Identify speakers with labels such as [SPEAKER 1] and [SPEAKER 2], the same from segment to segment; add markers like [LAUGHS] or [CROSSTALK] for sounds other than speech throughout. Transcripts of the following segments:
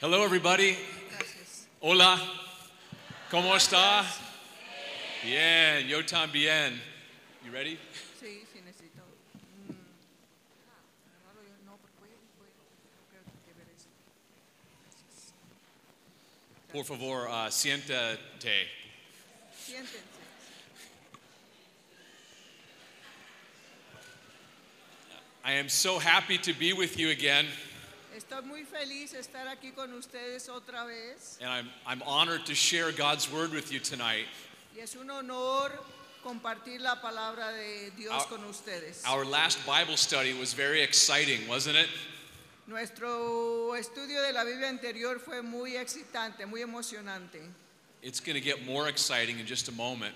[SPEAKER 1] Hello, everybody. Hola. ¿Cómo está? Bien, yo también. You ready?
[SPEAKER 2] Sí, sí necesito. mm, ah, agarrarlo yo. No, pero voy- voy- creo que ver eso.
[SPEAKER 1] Por favor, ah, siéntate.
[SPEAKER 2] Siéntense.
[SPEAKER 1] I am so happy to be with you again,
[SPEAKER 2] Estoy muy feliz de estar aquí con ustedes otra vez
[SPEAKER 1] and I'm, I'm honored to share God's word with you tonight.
[SPEAKER 2] y es un honor compartir la palabra de Dios
[SPEAKER 1] Our-
[SPEAKER 2] con ustedes.
[SPEAKER 1] Our last Bible study was very exciting, wasn't it?
[SPEAKER 2] Nuestro estudio de la Biblia anterior fue muy excitante, muy emocionante.
[SPEAKER 1] It's going to get more exciting in just a moment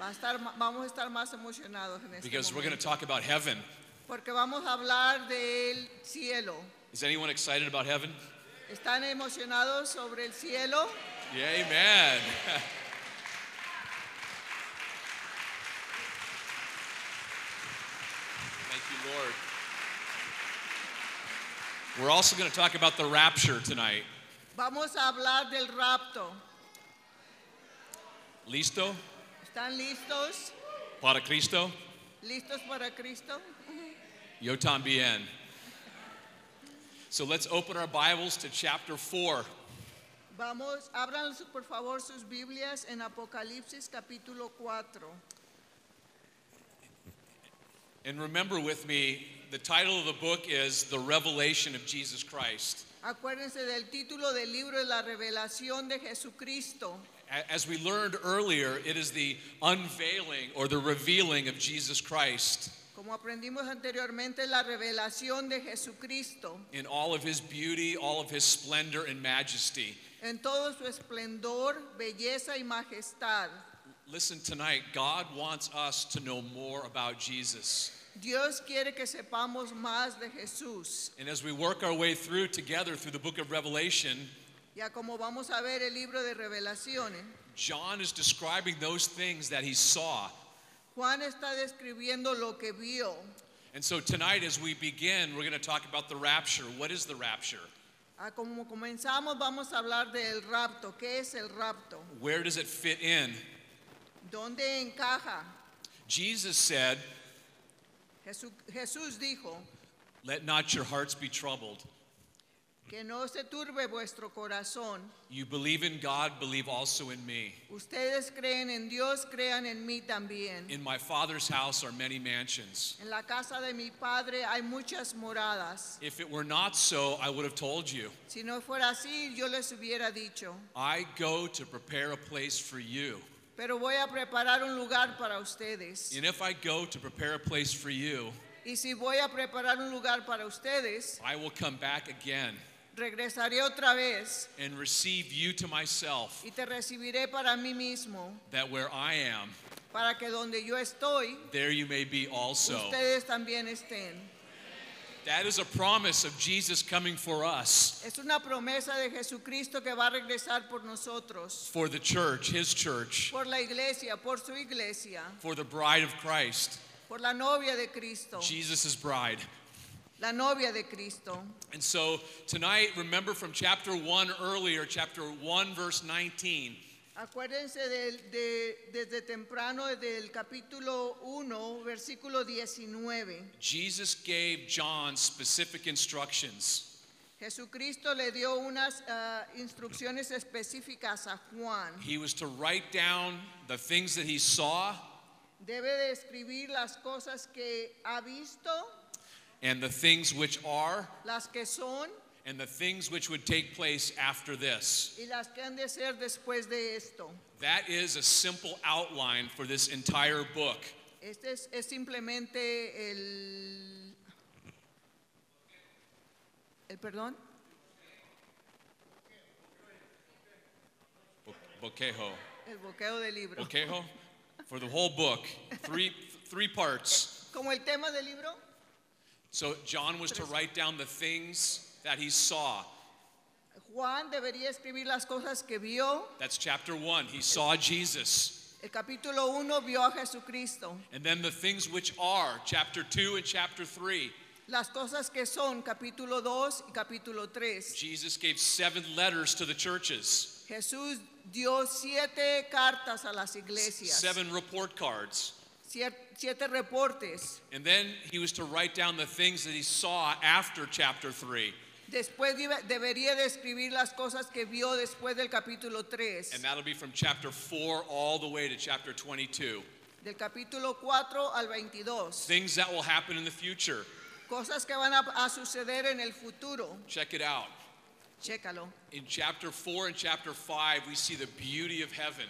[SPEAKER 2] Va a estar, ma- vamos a estar más emocionados en este
[SPEAKER 1] because we're going to
[SPEAKER 2] momento,
[SPEAKER 1] talk about heaven.
[SPEAKER 2] porque vamos a hablar del cielo.
[SPEAKER 1] Is anyone excited about heaven?
[SPEAKER 2] ¿Están emocionados sobre el cielo?
[SPEAKER 1] Yeah, amen. [LAUGHS] Thank you, Lord. We're also going to talk about the rapture tonight.
[SPEAKER 2] Vamos a hablar del rapto.
[SPEAKER 1] Listo?
[SPEAKER 2] ¿Están listos?
[SPEAKER 1] Para Cristo?
[SPEAKER 2] ¿Listos para Cristo?
[SPEAKER 1] Yo también. So let's open our Bibles to chapter 4.
[SPEAKER 2] Vamos, abran su- por favor sus Biblias en Apocalipsis capítulo 4.
[SPEAKER 1] And remember with me, the title of the book is The Revelation of Jesus Christ.
[SPEAKER 2] Acuérdense del título del libro de la revelación de Jesucristo.
[SPEAKER 1] A- As we learned earlier, it is the unveiling or the revealing of Jesus Christ
[SPEAKER 2] Como aprendimos anteriormente, la revelación de Jesucristo
[SPEAKER 1] in all of his beauty, all of his splendor and majesty.
[SPEAKER 2] en todo su esplendor, belleza y majestad.
[SPEAKER 1] Listen tonight, God wants us to know more about Jesus.
[SPEAKER 2] Dios quiere que sepamos más de Jesús.
[SPEAKER 1] And as we work our way through together through the book of Revelation,
[SPEAKER 2] Ya como vamos a ver el libro de revelaciones,
[SPEAKER 1] John is describing those things that he saw.
[SPEAKER 2] Juan está describiendo lo que vio.
[SPEAKER 1] And so tonight, as we begin, we're going to talk about the rapture. What is the rapture?
[SPEAKER 2] Ah, como comenzamos, vamos a hablar del rapto. ¿Qué es el rapto?
[SPEAKER 1] Where does it fit in?
[SPEAKER 2] ¿Dónde encaja?
[SPEAKER 1] Jesus said,
[SPEAKER 2] Jesús, Jesús dijo,
[SPEAKER 1] Let not your hearts be troubled.
[SPEAKER 2] que no se turbe vuestro corazón.
[SPEAKER 1] You believe in God, believe also in me.
[SPEAKER 2] Ustedes creen en Dios, crean en mí también.
[SPEAKER 1] In my Father's house are many mansions.
[SPEAKER 2] En la casa de mi padre hay muchas moradas.
[SPEAKER 1] If it were not so, I would have told you.
[SPEAKER 2] Si no fuera así, yo les hubiera dicho,
[SPEAKER 1] I go to prepare a place for you.
[SPEAKER 2] pero voy a preparar un lugar para ustedes.
[SPEAKER 1] And if I go to prepare a place for you,
[SPEAKER 2] Y si voy a preparar un lugar para ustedes,
[SPEAKER 1] I will come back again
[SPEAKER 2] regresaré otra vez
[SPEAKER 1] and receive you to myself,
[SPEAKER 2] y te recibiré para mí mismo,
[SPEAKER 1] that where I am,
[SPEAKER 2] para que donde yo estoy,
[SPEAKER 1] there you may be also.
[SPEAKER 2] ustedes también estén.
[SPEAKER 1] That is a promise of Jesus coming for us,
[SPEAKER 2] Es una promesa de Jesucristo que va a regresar por nosotros,
[SPEAKER 1] for the church, his church,
[SPEAKER 2] por la iglesia, por su iglesia,
[SPEAKER 1] for the bride of Christ,
[SPEAKER 2] por la novia de Cristo,
[SPEAKER 1] Jesus' bride.
[SPEAKER 2] la novia de Cristo.
[SPEAKER 1] And so tonight, remember from chapter 1 earlier, chapter 1, verse 19,
[SPEAKER 2] Acuérdense del- de- desde temprano, desde el capítulo 1, versículo 19.
[SPEAKER 1] Jesus gave John specific instructions.
[SPEAKER 2] Jesucristo le dio unas ah, instrucciones específicas a Juan.
[SPEAKER 1] He was to write down the things that he saw
[SPEAKER 2] Debe de escribir las cosas que ha visto,
[SPEAKER 1] and the things which are
[SPEAKER 2] las que son
[SPEAKER 1] and the things which would take place after this.
[SPEAKER 2] y las que han de ser después de esto.
[SPEAKER 1] That is a simple outline for this entire book.
[SPEAKER 2] Este es, es simplemente el... ¿El perdón?
[SPEAKER 1] Bo- Boquejo.
[SPEAKER 2] El boqueo del libro.
[SPEAKER 1] Boquejo? For the whole book, three, three parts.
[SPEAKER 2] Como el tema del libro,
[SPEAKER 1] So John was to write down the things that he saw.
[SPEAKER 2] Juan debería escribir las cosas que vio.
[SPEAKER 1] That's chapter one. He saw Jesus.
[SPEAKER 2] El capítulo 1 vio a Jesucristo.
[SPEAKER 1] And then the things which are, chapter two and chapter three.
[SPEAKER 2] Las cosas que son, capítulo 2 y capítulo 3.
[SPEAKER 1] Jesus gave seven letters to the churches,
[SPEAKER 2] Jesús dio siete cartas a las iglesias,
[SPEAKER 1] seven report cards.
[SPEAKER 2] siete, siete reportes.
[SPEAKER 1] And then he was to write down the things that he saw after chapter 3.
[SPEAKER 2] Después debe- debería describir las cosas que vio después del capítulo 3.
[SPEAKER 1] And that'll be from chapter 4 all the way to chapter 22.
[SPEAKER 2] del capítulo 4 al 22.
[SPEAKER 1] Things that will happen in the future.
[SPEAKER 2] Cosas que van a, a suceder en el futuro.
[SPEAKER 1] Check it out.
[SPEAKER 2] Chécalo.
[SPEAKER 1] In chapter 4 and chapter 5, we see the beauty of heaven.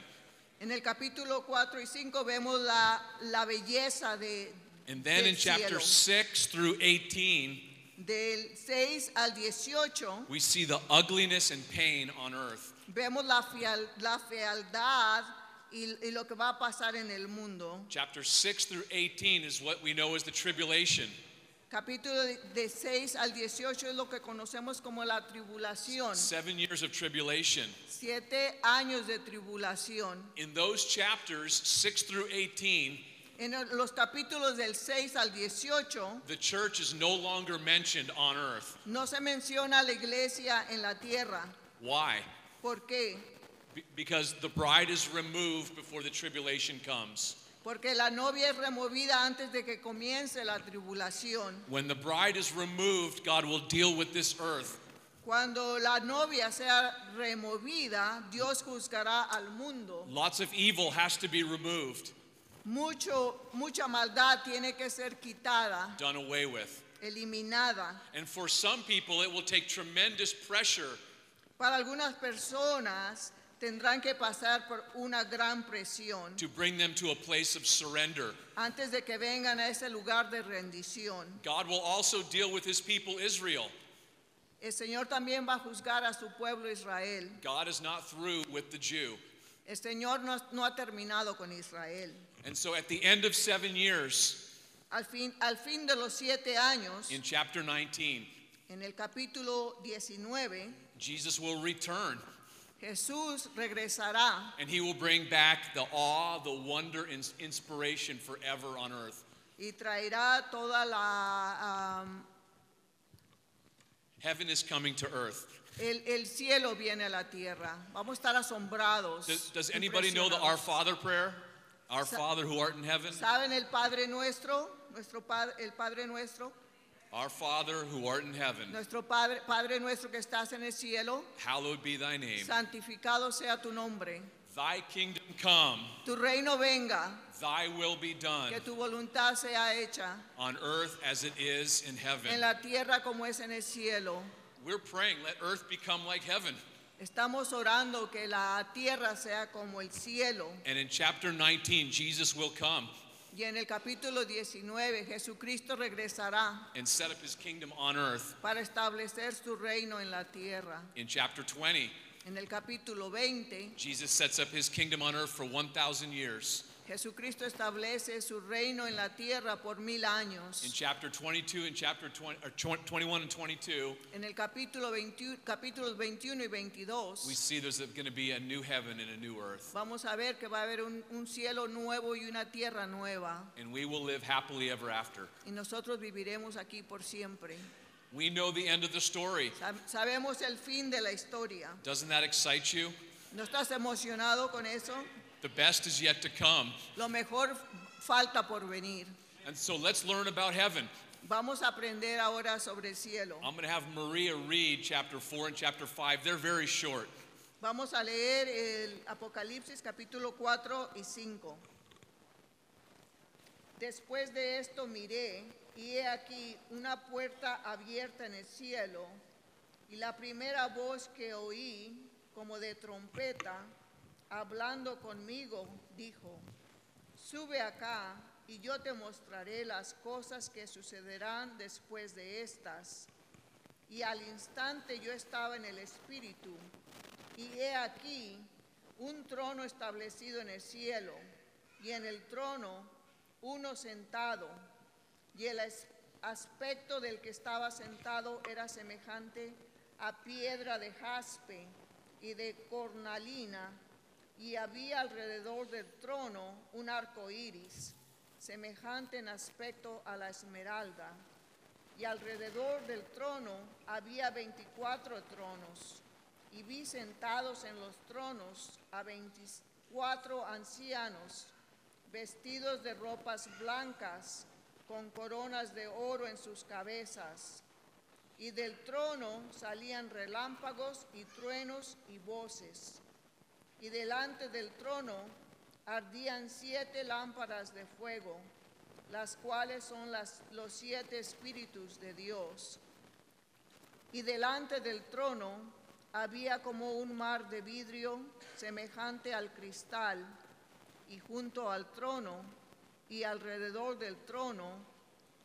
[SPEAKER 2] En el capítulo 4 y 5 vemos la, la belleza de,
[SPEAKER 1] And then
[SPEAKER 2] del
[SPEAKER 1] in chapter
[SPEAKER 2] cielo.
[SPEAKER 1] 6 through 18,
[SPEAKER 2] Del 6 al 18
[SPEAKER 1] we see the ugliness and pain on earth.
[SPEAKER 2] vemos la, fial- la fealdad y, y lo que va a pasar en el mundo.
[SPEAKER 1] Chapter 6 through 18 is what we know as the tribulation.
[SPEAKER 2] Capítulo de, de 6 al 18 es lo que conocemos como la tribulación.
[SPEAKER 1] Seven years of tribulation.
[SPEAKER 2] Siete años de tribulación.
[SPEAKER 1] In those chapters, 6 through 18,
[SPEAKER 2] En el- los capítulos del 6 al 18
[SPEAKER 1] the church is no longer mentioned on earth.
[SPEAKER 2] No se menciona la iglesia en la tierra.
[SPEAKER 1] Why?
[SPEAKER 2] ¿Por qué?
[SPEAKER 1] Be- because the bride is removed before the tribulation comes.
[SPEAKER 2] Porque la novia es removida antes de que comience la tribulación.
[SPEAKER 1] When the bride is removed, God will deal with this earth.
[SPEAKER 2] Cuando la novia sea removida, Dios juzgará al mundo.
[SPEAKER 1] Lots of evil has to be removed,
[SPEAKER 2] Mucho, mucha maldad tiene que ser quitada,
[SPEAKER 1] done away with.
[SPEAKER 2] eliminada.
[SPEAKER 1] And for some people, it will take tremendous pressure
[SPEAKER 2] Para algunas personas tendrán que pasar por una gran presión
[SPEAKER 1] to bring them to a place of surrender.
[SPEAKER 2] antes de que vengan a ese lugar de rendición.
[SPEAKER 1] God will also deal with his people, Israel.
[SPEAKER 2] El Señor también va a juzgar a su pueblo Israel.
[SPEAKER 1] God is not through with the Jew.
[SPEAKER 2] El Señor no, no ha terminado con Israel.
[SPEAKER 1] And so at the end of seven years,
[SPEAKER 2] Al fin, al fin de los siete años,
[SPEAKER 1] in chapter 19,
[SPEAKER 2] en el capítulo 19,
[SPEAKER 1] Jesus will return
[SPEAKER 2] Jesús regresará
[SPEAKER 1] and he will bring back the awe, the wonder, and inspiration forever on earth.
[SPEAKER 2] y traerá toda la... am,
[SPEAKER 1] Heaven is coming to earth.
[SPEAKER 2] el, el cielo viene a la tierra. Vamos a estar asombrados.
[SPEAKER 1] Does, does anybody know the Our
[SPEAKER 2] impresionados.
[SPEAKER 1] Father prayer? Our
[SPEAKER 2] Sa-
[SPEAKER 1] Father who art in heaven,
[SPEAKER 2] ¿Saben el Padre nuestro? Nuestro Padre, el Padre nuestro,
[SPEAKER 1] our Father who art in heaven,
[SPEAKER 2] nuestro Padre, Padre nuestro que estás en el cielo,
[SPEAKER 1] hallowed be thy name.
[SPEAKER 2] santificado sea tu nombre.
[SPEAKER 1] Thy kingdom come,
[SPEAKER 2] Tu reino venga,
[SPEAKER 1] thy will be done
[SPEAKER 2] que tu voluntad sea hecha
[SPEAKER 1] on earth as it is in
[SPEAKER 2] en
[SPEAKER 1] heaven.
[SPEAKER 2] la tierra como es en el cielo.
[SPEAKER 1] We're praying, let earth become like heaven.
[SPEAKER 2] Estamos orando que la tierra sea como el cielo.
[SPEAKER 1] And in chapter 19, Jesus will come
[SPEAKER 2] Y en el capítulo 19, Jesucristo regresará
[SPEAKER 1] and set up his kingdom on earth.
[SPEAKER 2] para establecer su reino en la tierra.
[SPEAKER 1] In chapter 20,
[SPEAKER 2] En el capítulo 20,
[SPEAKER 1] Jesus sets up his kingdom on earth for 1,000 years.
[SPEAKER 2] Jesucristo establece su reino en la tierra por mil
[SPEAKER 1] In
[SPEAKER 2] años.
[SPEAKER 1] chapter 22 and chapter 20, or 20 21 and 22,
[SPEAKER 2] En el capítulo 21, capítulos 21 y
[SPEAKER 1] we
[SPEAKER 2] 22,
[SPEAKER 1] see there's going to be a new heaven and a new earth.
[SPEAKER 2] vamos a ver que va a haber un- un cielo nuevo y una tierra nueva.
[SPEAKER 1] And we will live happily ever after.
[SPEAKER 2] Y nosotros viviremos aquí por siempre.
[SPEAKER 1] We know the end of the story.
[SPEAKER 2] Sab- Sabemos el fin de la historia.
[SPEAKER 1] Doesn't that excite you?
[SPEAKER 2] ¿No estás emocionado con eso?
[SPEAKER 1] The best is yet to come.
[SPEAKER 2] Lo mejor falta por venir.
[SPEAKER 1] And so let's learn about heaven.
[SPEAKER 2] Vamos a aprender ahora sobre el cielo.
[SPEAKER 1] I'm going to have Maria read chapter 4 and chapter 5. They're very short.
[SPEAKER 2] Vamos a leer el Apocalipsis capítulo 4 y 5. Después de esto miré y he aquí una puerta abierta en el cielo y la primera voz que oí como de trompeta hablando conmigo dijo, sube acá y yo te mostraré las cosas que sucederán después de estas. Y al instante yo estaba en el espíritu y he aquí un trono establecido en el cielo, y en el trono uno sentado, y el as- aspecto del que estaba sentado era semejante a piedra de jaspe y de cornalina, y había alrededor del trono un arco iris, semejante en aspecto a la esmeralda, y alrededor del trono había veinticuatro tronos, y vi sentados en los tronos a veinticuatro ancianos, vestidos de ropas blancas, con coronas de oro en sus cabezas, y del trono salían relámpagos y truenos y voces. Y delante del trono ardían siete lámparas de fuego, las cuales son las, los siete espíritus de Dios. Y delante del trono había como un mar de vidrio semejante al cristal, y junto al trono y alrededor del trono,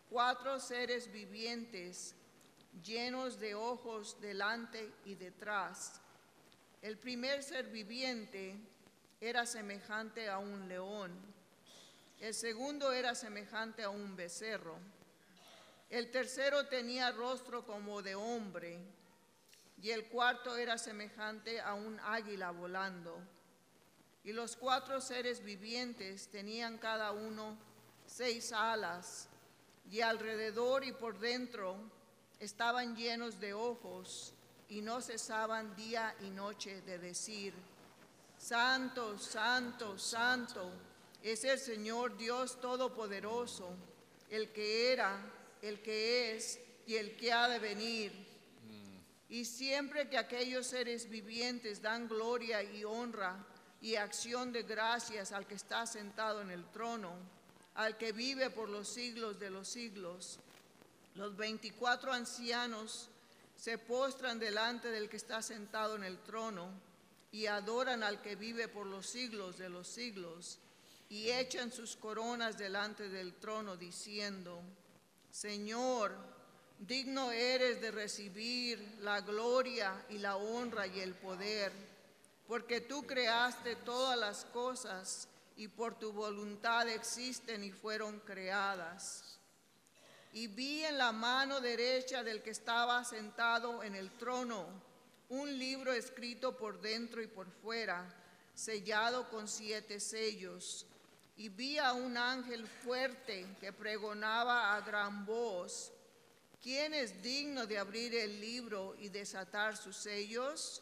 [SPEAKER 2] cuatro seres vivientes llenos de ojos delante y detrás. El primer ser viviente era semejante a un león, el segundo era semejante a un becerro, el tercero tenía rostro como de hombre, y el cuarto era semejante a un águila volando. Y los cuatro seres vivientes tenían cada uno seis alas, y alrededor y por dentro estaban llenos de ojos, y no cesaban día y noche de decir, Santo, santo, santo, es el Señor Dios Todopoderoso, el que era, el que es y el que ha de venir. Y siempre que aquellos seres vivientes dan gloria y honra y acción de gracias al que está sentado en el trono, al que vive por los siglos de los siglos, los veinticuatro ancianos se postran delante del que está sentado en el trono y adoran al que vive por los siglos de los siglos y echan sus coronas delante del trono diciendo, Señor, Digno eres de recibir la gloria y la honra y el poder, porque tú creaste todas las cosas y por tu voluntad existen y fueron creadas. Y vi en la mano derecha del que estaba sentado en el trono un libro escrito por dentro y por fuera, sellado con siete sellos. Y vi a un ángel fuerte que pregonaba a gran voz. ¿Quién es digno de abrir el libro y desatar sus sellos?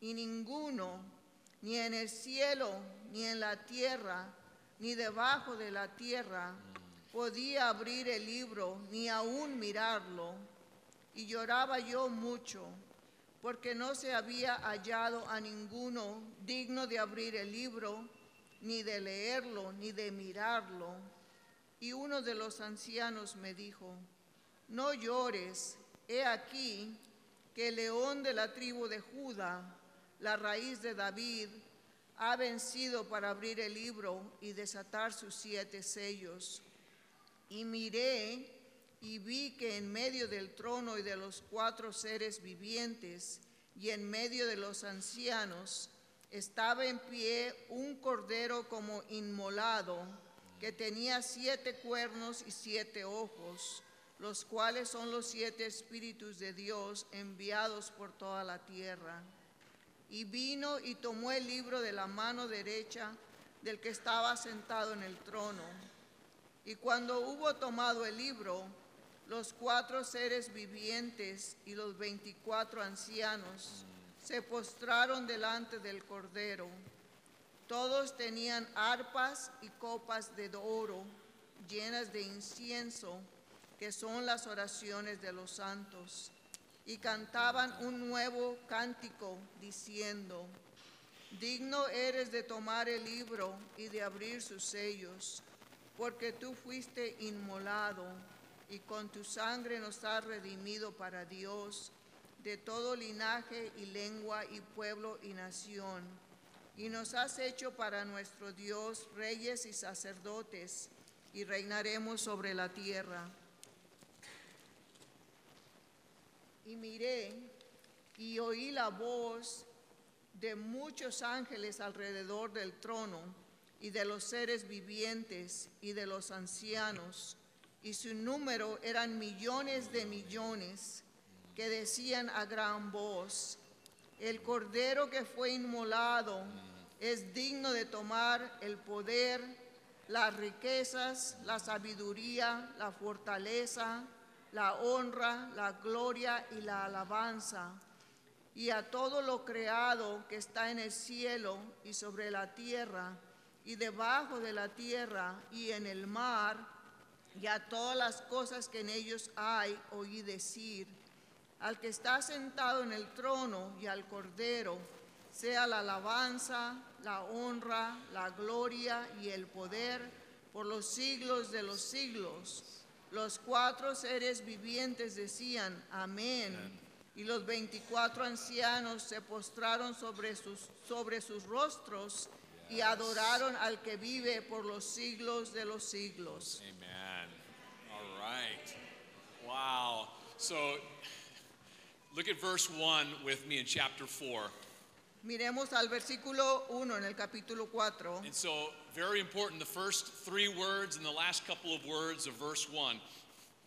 [SPEAKER 2] Y ninguno, ni en el cielo, ni en la tierra, ni debajo de la tierra, podía abrir el libro, ni aún mirarlo. Y lloraba yo mucho, porque no se había hallado a ninguno digno de abrir el libro, ni de leerlo, ni de mirarlo. Y uno de los ancianos me dijo, no llores, he aquí que el león de la tribu de Judá, la raíz de David, ha vencido para abrir el libro y desatar sus siete sellos. Y miré y vi que en medio del trono y de los cuatro seres vivientes y en medio de los ancianos estaba en pie un cordero como inmolado que tenía siete cuernos y siete ojos los cuales son los siete espíritus de Dios enviados por toda la tierra. Y vino y tomó el libro de la mano derecha del que estaba sentado en el trono. Y cuando hubo tomado el libro, los cuatro seres vivientes y los veinticuatro ancianos se postraron delante del Cordero. Todos tenían arpas y copas de oro llenas de incienso que son las oraciones de los santos, y cantaban un nuevo cántico diciendo, digno eres de tomar el libro y de abrir sus sellos, porque tú fuiste inmolado y con tu sangre nos has redimido para Dios de todo linaje y lengua y pueblo y nación. Y nos has hecho para nuestro Dios reyes y sacerdotes, y reinaremos sobre la tierra. y miré y oí la voz de muchos ángeles alrededor del trono y de los seres vivientes y de los ancianos, y su número eran millones de millones que decían a gran voz, el cordero que fue inmolado es digno de tomar el poder, las riquezas, la sabiduría, la fortaleza, la honra, la gloria y la alabanza, y a todo lo creado que está en el cielo y sobre la tierra y debajo de la tierra y en el mar, y a todas las cosas que en ellos hay, oí decir, al que está sentado en el trono y al cordero, sea la alabanza, la honra, la gloria y el poder por los siglos de los siglos. Los cuatro seres vivientes decían, amén. Y los veinticuatro ancianos se postraron sobre sus, sobre sus rostros y adoraron al que vive por los siglos de los siglos.
[SPEAKER 1] Amen. All right. Wow. So look at verse 1 with me in chapter 4.
[SPEAKER 2] Miremos al versículo 1 en el capítulo 4.
[SPEAKER 1] And so, very important, the first three words and the last couple of words of verse 1.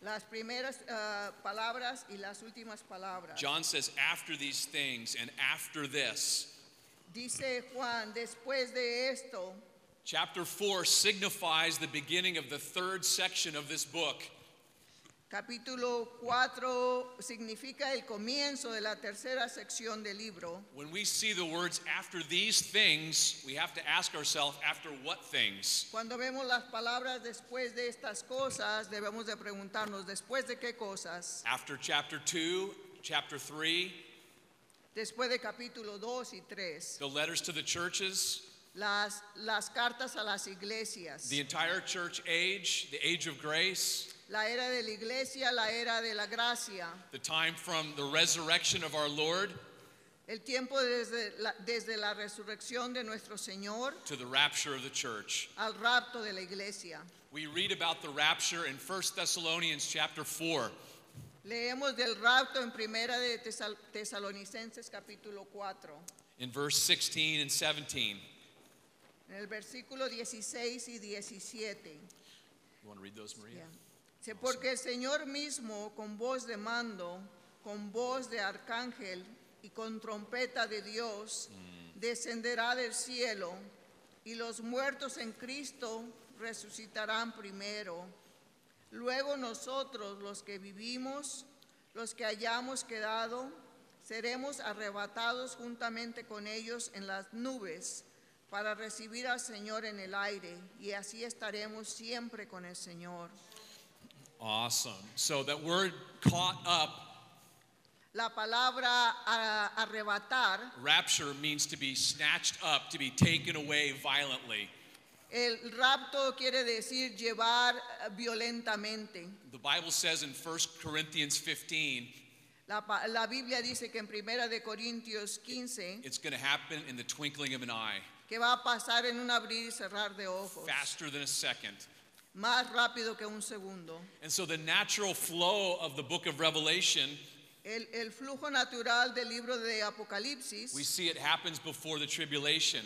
[SPEAKER 2] Las primeras ah, palabras y las últimas palabras.
[SPEAKER 1] John says, after these things and after this.
[SPEAKER 2] Dice Juan, después de esto,
[SPEAKER 1] Chapter 4 signifies the beginning of the third section of this book.
[SPEAKER 2] capítulo 4 significa el comienzo de la tercera sección del libro.
[SPEAKER 1] When we see the words after these things, we have to ask ourselves, after what things?
[SPEAKER 2] Cuando vemos las palabras después de estas cosas, debemos de preguntarnos después de qué cosas.
[SPEAKER 1] After chapter 2, chapter 3,
[SPEAKER 2] Después de capítulo 2 y 3,
[SPEAKER 1] the letters to the churches,
[SPEAKER 2] las, las cartas a las iglesias.
[SPEAKER 1] the entire church age, the age of grace,
[SPEAKER 2] La era de la iglesia, la era de la gracia.
[SPEAKER 1] the time from the resurrection of our Lord
[SPEAKER 2] El tiempo desde la, desde la resurrección de nuestro Señor
[SPEAKER 1] to the rapture of the church.
[SPEAKER 2] al rapto de la iglesia.
[SPEAKER 1] We read about the rapture in 1 Thessalonians chapter 4.
[SPEAKER 2] Leemos del rapto en primera de Tesal- Tesalonicenses capítulo 4,
[SPEAKER 1] in verse 16 and 17.
[SPEAKER 2] en el versículo 16 y 17.
[SPEAKER 1] You want to read those, Maria?
[SPEAKER 2] Ya. Dice, porque el Señor mismo con voz de mando, con voz de arcángel y con trompeta de Dios, descenderá del cielo y los muertos en Cristo resucitarán primero. Luego nosotros, los que vivimos, los que hayamos quedado, seremos arrebatados juntamente con ellos en las nubes para recibir al Señor en el aire y así estaremos siempre con el Señor.
[SPEAKER 1] Awesome. So that word caught up,
[SPEAKER 2] La palabra ah, arrebatar,
[SPEAKER 1] rapture means to be snatched up, to be taken away violently.
[SPEAKER 2] el rapto quiere decir llevar eh, violentamente.
[SPEAKER 1] The Bible says in 1 Corinthians 15,
[SPEAKER 2] La, pa- la Biblia dice que en Primera de Corintios 15
[SPEAKER 1] it's going to happen in the twinkling of an eye,
[SPEAKER 2] que va a pasar en un abrir y cerrar de ojos,
[SPEAKER 1] faster than a second.
[SPEAKER 2] más rápido que un segundo.
[SPEAKER 1] And so the natural flow of the book of Revelation,
[SPEAKER 2] El, el flujo natural del libro de
[SPEAKER 1] we
[SPEAKER 2] Apocalipsis
[SPEAKER 1] see it happens before the tribulation,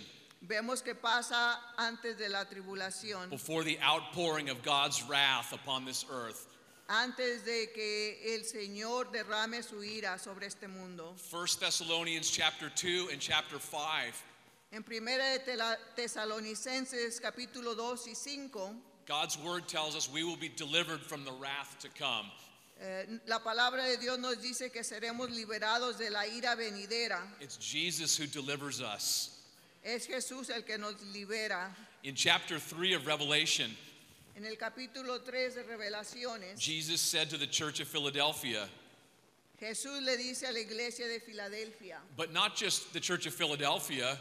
[SPEAKER 2] vemos que pasa antes de la tribulación,
[SPEAKER 1] before the outpouring of God's wrath upon this earth.
[SPEAKER 2] antes de que el Señor derrame su ira sobre este mundo.
[SPEAKER 1] 1 Thessalonians chapter 2 and chapter 5,
[SPEAKER 2] En primera de Tela- Tesalonicenses capítulo 2 y 5,
[SPEAKER 1] God's word tells us we will be delivered from the wrath to come.
[SPEAKER 2] eh, la palabra de Dios nos dice que seremos liberados de la ira venidera.
[SPEAKER 1] It's Jesus who delivers us.
[SPEAKER 2] Es Jesús el que nos libera.
[SPEAKER 1] In chapter 3 of Revelation,
[SPEAKER 2] En el capítulo 3 de Revelaciones,
[SPEAKER 1] Jesus said to the church of Philadelphia,
[SPEAKER 2] Jesús le dice a la iglesia de Filadelfia,
[SPEAKER 1] but not just the church of Philadelphia,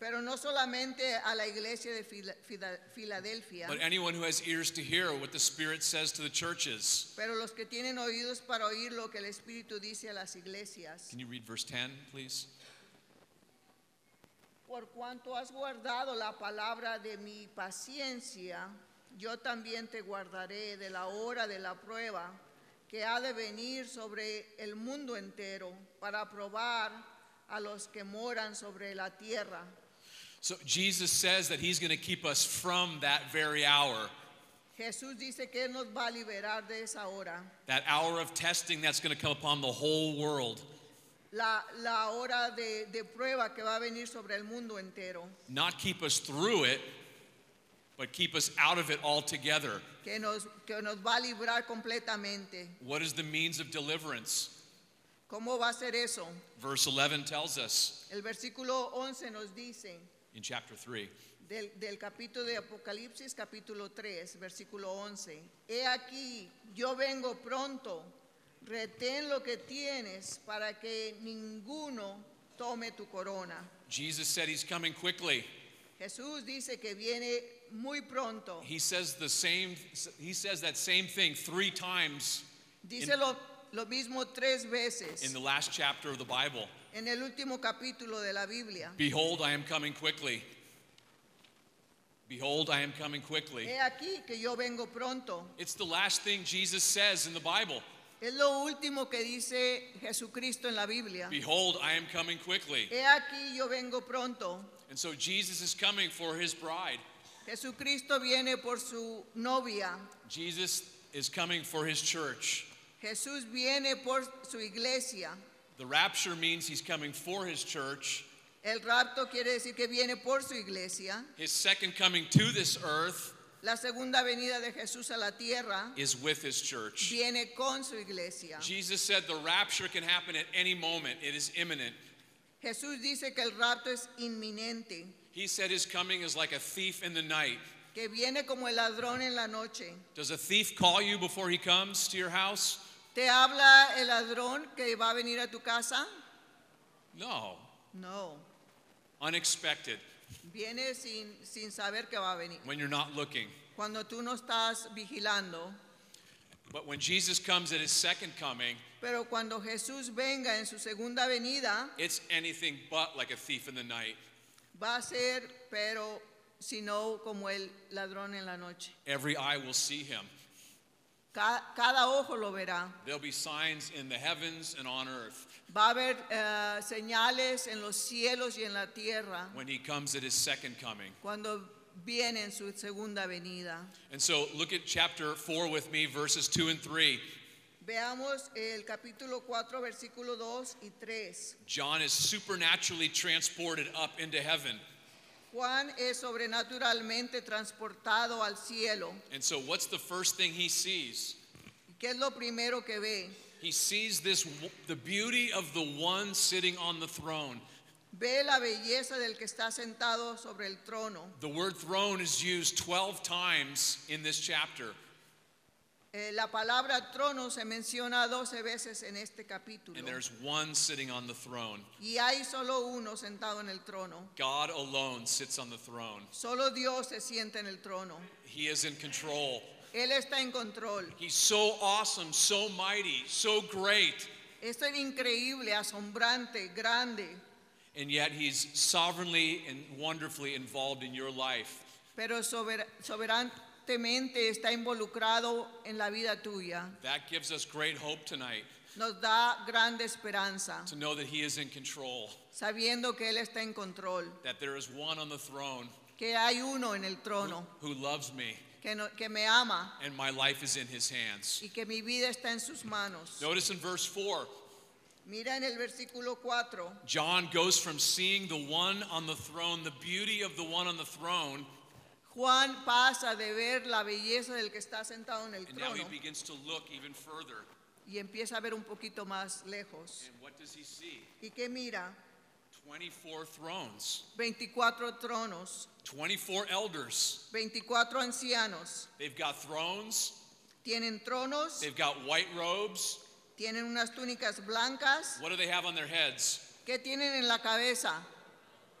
[SPEAKER 2] pero no solamente a la iglesia de Fila- Fila- Filadelfia,
[SPEAKER 1] but anyone who has ears to hear what the Spirit says to the churches.
[SPEAKER 2] pero los que tienen oídos para oír lo que el Espíritu dice a las iglesias.
[SPEAKER 1] Can you read verse 10, please?
[SPEAKER 2] Por cuanto has guardado la palabra de mi paciencia, yo también te guardaré de la hora de la prueba que ha de venir sobre el mundo entero para probar a los que moran sobre la tierra.
[SPEAKER 1] So Jesus says that he's going to keep us from that very hour,
[SPEAKER 2] Jesús dice que Él nos va a liberar de esa hora,
[SPEAKER 1] that hour of testing that's going to come upon the whole world.
[SPEAKER 2] la, la hora de, de prueba que va a venir sobre el mundo entero.
[SPEAKER 1] not keep us through it, but keep us out of it altogether.
[SPEAKER 2] que nos, que nos va a librar completamente.
[SPEAKER 1] What is the means of deliverance?
[SPEAKER 2] ¿Cómo va a ser eso?
[SPEAKER 1] Verse 11 tells us
[SPEAKER 2] El versículo 11 nos dice
[SPEAKER 1] in chapter 3
[SPEAKER 2] del, del capítulo de Apocalipsis, capítulo 3, versículo 11, He aquí, yo vengo pronto, retén lo que tienes para que ninguno tome tu corona.
[SPEAKER 1] Jesus said he's coming quickly.
[SPEAKER 2] Jesús dice que viene muy pronto.
[SPEAKER 1] He says the same he says that same thing 3 times
[SPEAKER 2] Dice lo, lo mismo tres veces
[SPEAKER 1] in the last chapter of the Bible.
[SPEAKER 2] en el último capítulo de la Biblia.
[SPEAKER 1] Behold, I am coming quickly. Behold, I am coming quickly.
[SPEAKER 2] He aquí que yo vengo pronto.
[SPEAKER 1] It's the last thing Jesus says in the Bible.
[SPEAKER 2] Es lo último que dice Jesucristo en la Biblia.
[SPEAKER 1] Behold, I am coming quickly.
[SPEAKER 2] He aquí yo vengo pronto.
[SPEAKER 1] And so Jesus is coming for his bride.
[SPEAKER 2] Jesucristo viene por su novia.
[SPEAKER 1] Jesus is coming for his church.
[SPEAKER 2] Jesús viene por su iglesia.
[SPEAKER 1] The rapture means he's coming for his church.
[SPEAKER 2] El rapto quiere decir que viene por su iglesia.
[SPEAKER 1] His second coming to this earth
[SPEAKER 2] La segunda venida de Jesús a la tierra
[SPEAKER 1] is with his church.
[SPEAKER 2] viene con su iglesia.
[SPEAKER 1] Jesus said the rapture can happen at any moment, it is imminent.
[SPEAKER 2] Jesús dice que el rapto es inminente,
[SPEAKER 1] He said his coming is like a thief in the night.
[SPEAKER 2] que viene como el ladrón en la noche.
[SPEAKER 1] Does a thief call you before he comes to your house?
[SPEAKER 2] ¿Te habla el ladrón que va a venir a tu casa?
[SPEAKER 1] No.
[SPEAKER 2] No,
[SPEAKER 1] Unexpected,
[SPEAKER 2] viene sin, sin saber que va a venir.
[SPEAKER 1] when you're not looking.
[SPEAKER 2] Cuando tú no estás vigilando,
[SPEAKER 1] But when Jesus comes at his second coming,
[SPEAKER 2] Pero cuando Jesús venga en su segunda venida,
[SPEAKER 1] it's anything but like a thief in the night.
[SPEAKER 2] va a ser, pero si no, como el ladrón en la noche.
[SPEAKER 1] Every eye will see him.
[SPEAKER 2] Ca- Cada ojo lo verá.
[SPEAKER 1] There'll be signs in the heavens and on earth
[SPEAKER 2] Va a haber eh, señales en los cielos y en la tierra
[SPEAKER 1] when he comes at his second coming.
[SPEAKER 2] cuando viene en su segunda venida.
[SPEAKER 1] And so look at chapter 4 with me, verses 2 and 3.
[SPEAKER 2] Veamos el capítulo 4, versículo 2 y 3.
[SPEAKER 1] John is supernaturally transported up into heaven.
[SPEAKER 2] Juan es sobrenaturalmente transportado al cielo.
[SPEAKER 1] And so, what's the first thing he sees?
[SPEAKER 2] ¿Qué es lo primero que ve?
[SPEAKER 1] He sees this w- the beauty of the one sitting on the throne.
[SPEAKER 2] Ve la belleza del que está sentado sobre el trono.
[SPEAKER 1] The word throne is used 12 times in this chapter.
[SPEAKER 2] Eh, la palabra trono se menciona 12 veces en este capítulo.
[SPEAKER 1] And there's one sitting on the throne.
[SPEAKER 2] Y hay solo uno sentado en el trono.
[SPEAKER 1] God alone sits on the throne.
[SPEAKER 2] Solo Dios se sienta en el trono.
[SPEAKER 1] He is in control.
[SPEAKER 2] Él está en control.
[SPEAKER 1] He's so awesome, so mighty, so great,
[SPEAKER 2] Esto es increíble, asombrante, grande.
[SPEAKER 1] and yet he's sovereignly and wonderfully involved in your life.
[SPEAKER 2] Pero sober- soberanamente está involucrado en la vida tuya.
[SPEAKER 1] That gives us great hope tonight
[SPEAKER 2] Nos da grande esperanza,
[SPEAKER 1] to know that he is in control,
[SPEAKER 2] sabiendo que Él está en control.
[SPEAKER 1] that there is one on the throne
[SPEAKER 2] Que hay uno en el trono
[SPEAKER 1] who loves me
[SPEAKER 2] que, no- que me ama
[SPEAKER 1] and my life is in his hands.
[SPEAKER 2] y que mi vida está en sus manos.
[SPEAKER 1] Notice in verse 4,
[SPEAKER 2] Mira en el versículo 4.
[SPEAKER 1] John goes from seeing the one on the throne, the beauty of the one on the throne,
[SPEAKER 2] Juan pasa de ver la belleza del que está sentado en el
[SPEAKER 1] and now he
[SPEAKER 2] trono
[SPEAKER 1] begins to look even further.
[SPEAKER 2] y empieza a ver un poquito más lejos.
[SPEAKER 1] And what does he see?
[SPEAKER 2] ¿Y qué mira?
[SPEAKER 1] 24 thrones,
[SPEAKER 2] 24 tronos,
[SPEAKER 1] 24 elders.
[SPEAKER 2] 24 ancianos.
[SPEAKER 1] They've got thrones,
[SPEAKER 2] Tienen tronos,
[SPEAKER 1] they've got white robes.
[SPEAKER 2] tienen unas túnicas blancas.
[SPEAKER 1] What do they have on their heads?
[SPEAKER 2] ¿Qué tienen en la cabeza?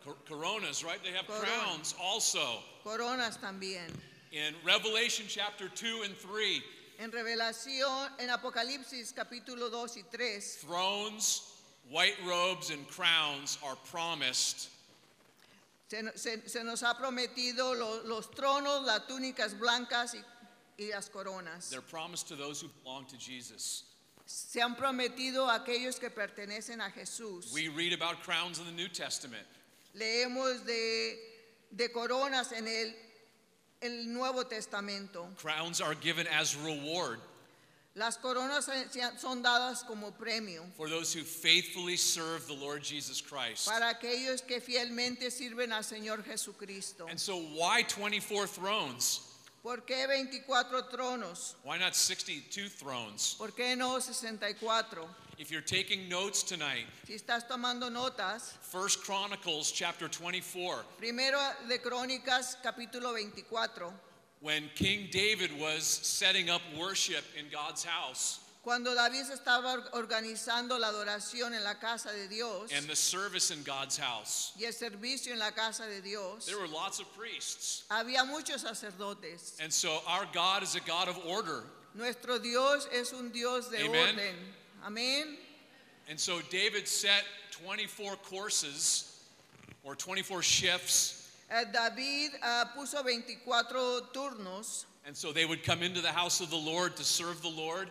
[SPEAKER 1] Cor- Coronas, right? They have
[SPEAKER 2] Corona.
[SPEAKER 1] crowns also.
[SPEAKER 2] Coronas también.
[SPEAKER 1] In Revelation chapter 2 and 3,
[SPEAKER 2] En Revelación, en Apocalipsis capítulo 2 y 3,
[SPEAKER 1] thrones, white robes, and crowns are promised.
[SPEAKER 2] se, no- se- se nos ha prometido lo- los tronos, las túnicas blancas y, y las coronas.
[SPEAKER 1] They're promised to those who belong to Jesus.
[SPEAKER 2] se han prometido a aquellos que pertenecen a Jesús.
[SPEAKER 1] We read about crowns in the New Testament.
[SPEAKER 2] Leemos de, de coronas en el, el Nuevo Testamento.
[SPEAKER 1] Crowns are given as reward.
[SPEAKER 2] Las coronas se- se- son dadas como premio
[SPEAKER 1] for those who faithfully serve the Lord Jesus Christ.
[SPEAKER 2] para aquellos que fielmente sirven al Señor Jesucristo.
[SPEAKER 1] And so, why 24 thrones?
[SPEAKER 2] ¿Por qué 24 tronos?
[SPEAKER 1] Why not 62 thrones?
[SPEAKER 2] ¿Por qué no 64?
[SPEAKER 1] If you're taking notes tonight,
[SPEAKER 2] Si estás tomando notas,
[SPEAKER 1] First Chronicles chapter 24,
[SPEAKER 2] primero de Crónicas capítulo 24,
[SPEAKER 1] when King David was setting up worship in God's house
[SPEAKER 2] cuando David se estaba or- organizando la adoración en la casa de Dios
[SPEAKER 1] and the service in God's house,
[SPEAKER 2] y el servicio en la casa de Dios,
[SPEAKER 1] there were lots of priests.
[SPEAKER 2] había muchos sacerdotes.
[SPEAKER 1] And so, our God is a God of order.
[SPEAKER 2] Nuestro Dios es un Dios de
[SPEAKER 1] Amen.
[SPEAKER 2] orden. Amén.
[SPEAKER 1] And so, David set 24 courses or 24 shifts
[SPEAKER 2] Eh, David ah, puso 24 turnos
[SPEAKER 1] And so they would come into the house of the Lord to serve the Lord,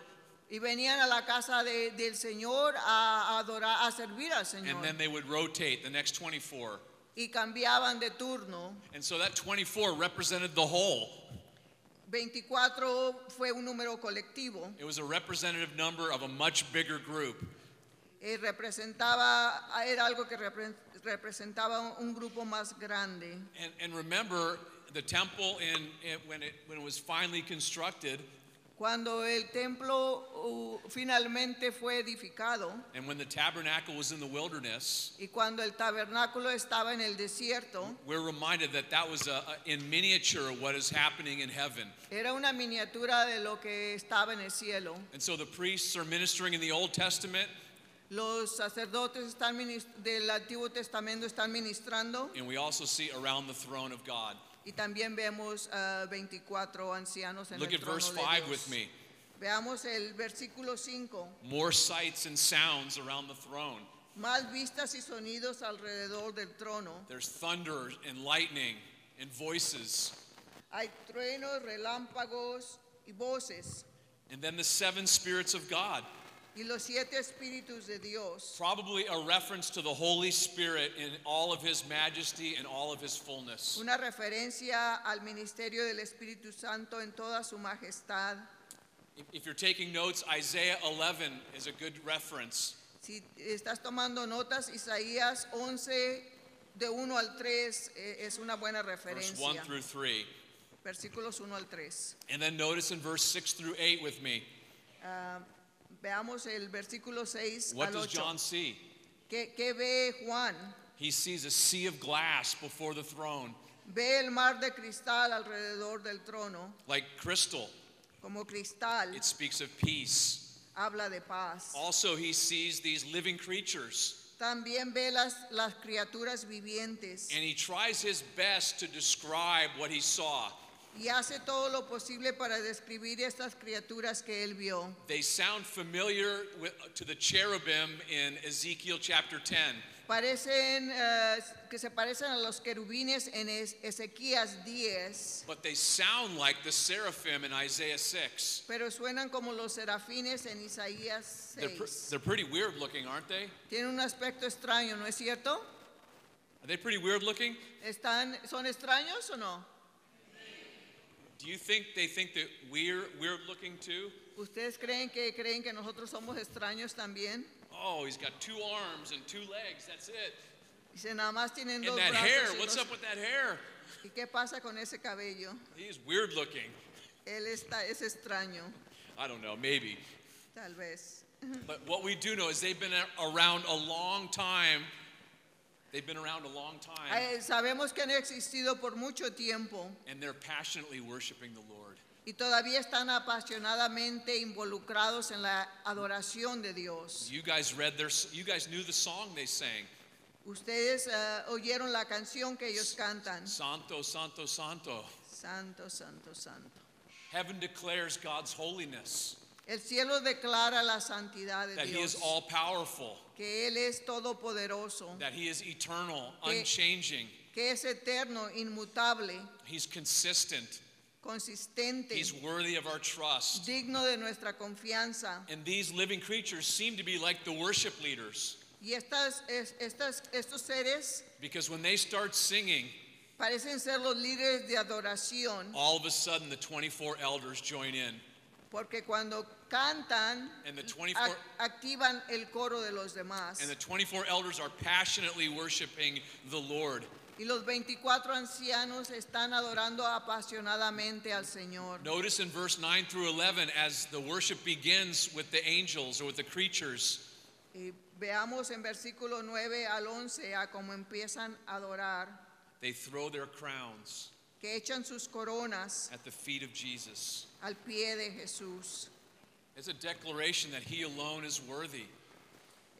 [SPEAKER 2] y venían a la casa de- del Señor a, a adorar, a servir al
[SPEAKER 1] and
[SPEAKER 2] Señor.
[SPEAKER 1] then they would rotate the next 24.
[SPEAKER 2] y cambiaban de turno.
[SPEAKER 1] And so that 24 represented the whole.
[SPEAKER 2] 24 fue un número colectivo.
[SPEAKER 1] It was a representative number of a much bigger group.
[SPEAKER 2] Eh, representaba, era algo que repre- representaba un, un grupo más grande.
[SPEAKER 1] And, and remember, the temple, in, in- when, it, when it was finally constructed,
[SPEAKER 2] Cuando el templo uh, finalmente fue edificado
[SPEAKER 1] and when the tabernacle was in the wilderness,
[SPEAKER 2] y cuando el tabernáculo estaba en el desierto,
[SPEAKER 1] we're reminded that that was a, a- in miniature what is happening in heaven.
[SPEAKER 2] era una miniatura de lo que estaba en el cielo.
[SPEAKER 1] And so the priests are ministering in the Old Testament,
[SPEAKER 2] Los sacerdotes están minis- del Antiguo Testamento están ministrando
[SPEAKER 1] and we also see around the throne of God.
[SPEAKER 2] y también vemos ah, 24 ancianos en
[SPEAKER 1] Look at
[SPEAKER 2] el trono
[SPEAKER 1] verse
[SPEAKER 2] de
[SPEAKER 1] 5
[SPEAKER 2] Dios.
[SPEAKER 1] with me.
[SPEAKER 2] Veamos el versículo 5.
[SPEAKER 1] more sights and sounds around the throne.
[SPEAKER 2] Más vistas y sonidos alrededor del trono.
[SPEAKER 1] There's thunder and lightning and voices.
[SPEAKER 2] Hay truenos, relámpagos y voces.
[SPEAKER 1] And then the seven spirits of God,
[SPEAKER 2] Y los siete espíritus de Dios.
[SPEAKER 1] probably a reference to the Holy Spirit in all of his majesty and all of his fullness.
[SPEAKER 2] Una referencia al ministerio del Espíritu Santo en toda su majestad.
[SPEAKER 1] If- If you're taking notes, Isaiah 11 is a good reference.
[SPEAKER 2] Si estás tomando notas, Isaías 11, de 1 al 3, eh, es una buena
[SPEAKER 1] Verse 1
[SPEAKER 2] referencia.
[SPEAKER 1] through 3.
[SPEAKER 2] Versículos 1 al 3.
[SPEAKER 1] And then notice in verse 6 through 8 with me,
[SPEAKER 2] Veamos el versículo 6
[SPEAKER 1] what
[SPEAKER 2] al
[SPEAKER 1] does
[SPEAKER 2] 8.
[SPEAKER 1] John see?
[SPEAKER 2] ¿Qué- ¿Qué ve Juan?
[SPEAKER 1] He sees a sea of glass before the throne,
[SPEAKER 2] Ve el mar de cristal alrededor del trono,
[SPEAKER 1] like crystal.
[SPEAKER 2] como cristal
[SPEAKER 1] It speaks of peace.
[SPEAKER 2] habla de paz.
[SPEAKER 1] Also, he sees these living creatures
[SPEAKER 2] También ve las, las criaturas vivientes
[SPEAKER 1] and he tries his best to describe what he saw.
[SPEAKER 2] y hace todo lo posible para describir estas criaturas que él vio.
[SPEAKER 1] They sound familiar with, to the cherubim in Ezekiel chapter 10.
[SPEAKER 2] Parecen eh, que se parecen a los querubines en Es- Ezequías 10,
[SPEAKER 1] But they sound like the seraphim in Isaiah 6.
[SPEAKER 2] pero suenan como los serafines en Isaías
[SPEAKER 1] They're, pr-
[SPEAKER 2] 6.
[SPEAKER 1] they're pretty weird looking, aren't they?
[SPEAKER 2] Tienen un aspecto extraño, ¿no es cierto?
[SPEAKER 1] Are they pretty weird looking?
[SPEAKER 2] ¿Están, ¿Son extraños o no?
[SPEAKER 1] Do you think they think that we're weird looking too?
[SPEAKER 2] ¿Ustedes creen que creen que nosotros somos extraños también?
[SPEAKER 1] Oh, he's got two arms and two legs. That's it.
[SPEAKER 2] Dice, nada más tienen
[SPEAKER 1] And
[SPEAKER 2] dos
[SPEAKER 1] that
[SPEAKER 2] brazos
[SPEAKER 1] hair.
[SPEAKER 2] y,
[SPEAKER 1] What's
[SPEAKER 2] dos-
[SPEAKER 1] up with that hair?
[SPEAKER 2] ¿Y qué pasa con ese cabello?
[SPEAKER 1] He's weird looking.
[SPEAKER 2] Él está, es extraño,
[SPEAKER 1] I don't know, maybe.
[SPEAKER 2] tal vez.
[SPEAKER 1] But what we do know is they've been a- around a long time. They've been around a long time,
[SPEAKER 2] Eh, sabemos que han existido por mucho tiempo
[SPEAKER 1] and they're passionately worshiping the Lord.
[SPEAKER 2] y todavía están apasionadamente involucrados en la adoración de Dios.
[SPEAKER 1] You guys read their, s- you guys knew the song they sang,
[SPEAKER 2] Ustedes eh, oyeron la canción que ellos cantan.
[SPEAKER 1] Santo, Santo, Santo.
[SPEAKER 2] Santo, santo, santo.
[SPEAKER 1] Heaven declares God's holiness,
[SPEAKER 2] El cielo declara la santidad de
[SPEAKER 1] that He is
[SPEAKER 2] Dios,
[SPEAKER 1] all powerful,
[SPEAKER 2] que Él es todopoderoso.
[SPEAKER 1] that He is eternal,
[SPEAKER 2] Que-
[SPEAKER 1] unchanging.
[SPEAKER 2] que es eterno, inmutable,
[SPEAKER 1] He's consistent.
[SPEAKER 2] consistente,
[SPEAKER 1] He's worthy of our trust.
[SPEAKER 2] digno de nuestra confianza.
[SPEAKER 1] And these living creatures seem to be like the worship leaders,
[SPEAKER 2] Y estas, es- estas, estos seres
[SPEAKER 1] because when they start singing,
[SPEAKER 2] parecen ser los líderes de adoración.
[SPEAKER 1] All of a sudden, the 24 elders join in.
[SPEAKER 2] Porque cuando cantan,
[SPEAKER 1] And the 24
[SPEAKER 2] ac- activan el coro de los demás.
[SPEAKER 1] And the 24 elders are passionately worshiping the Lord.
[SPEAKER 2] Y los 24 ancianos están adorando apasionadamente al Señor.
[SPEAKER 1] Notice in verse 9 through 11, as the worship begins with the angels or with the creatures,
[SPEAKER 2] Y veamos en versículo 9 al 11 a cómo empiezan a adorar,
[SPEAKER 1] they throw their crowns
[SPEAKER 2] que echan sus coronas
[SPEAKER 1] at the feet of Jesus.
[SPEAKER 2] al pie de Jesús.
[SPEAKER 1] It's a declaration that He alone is worthy,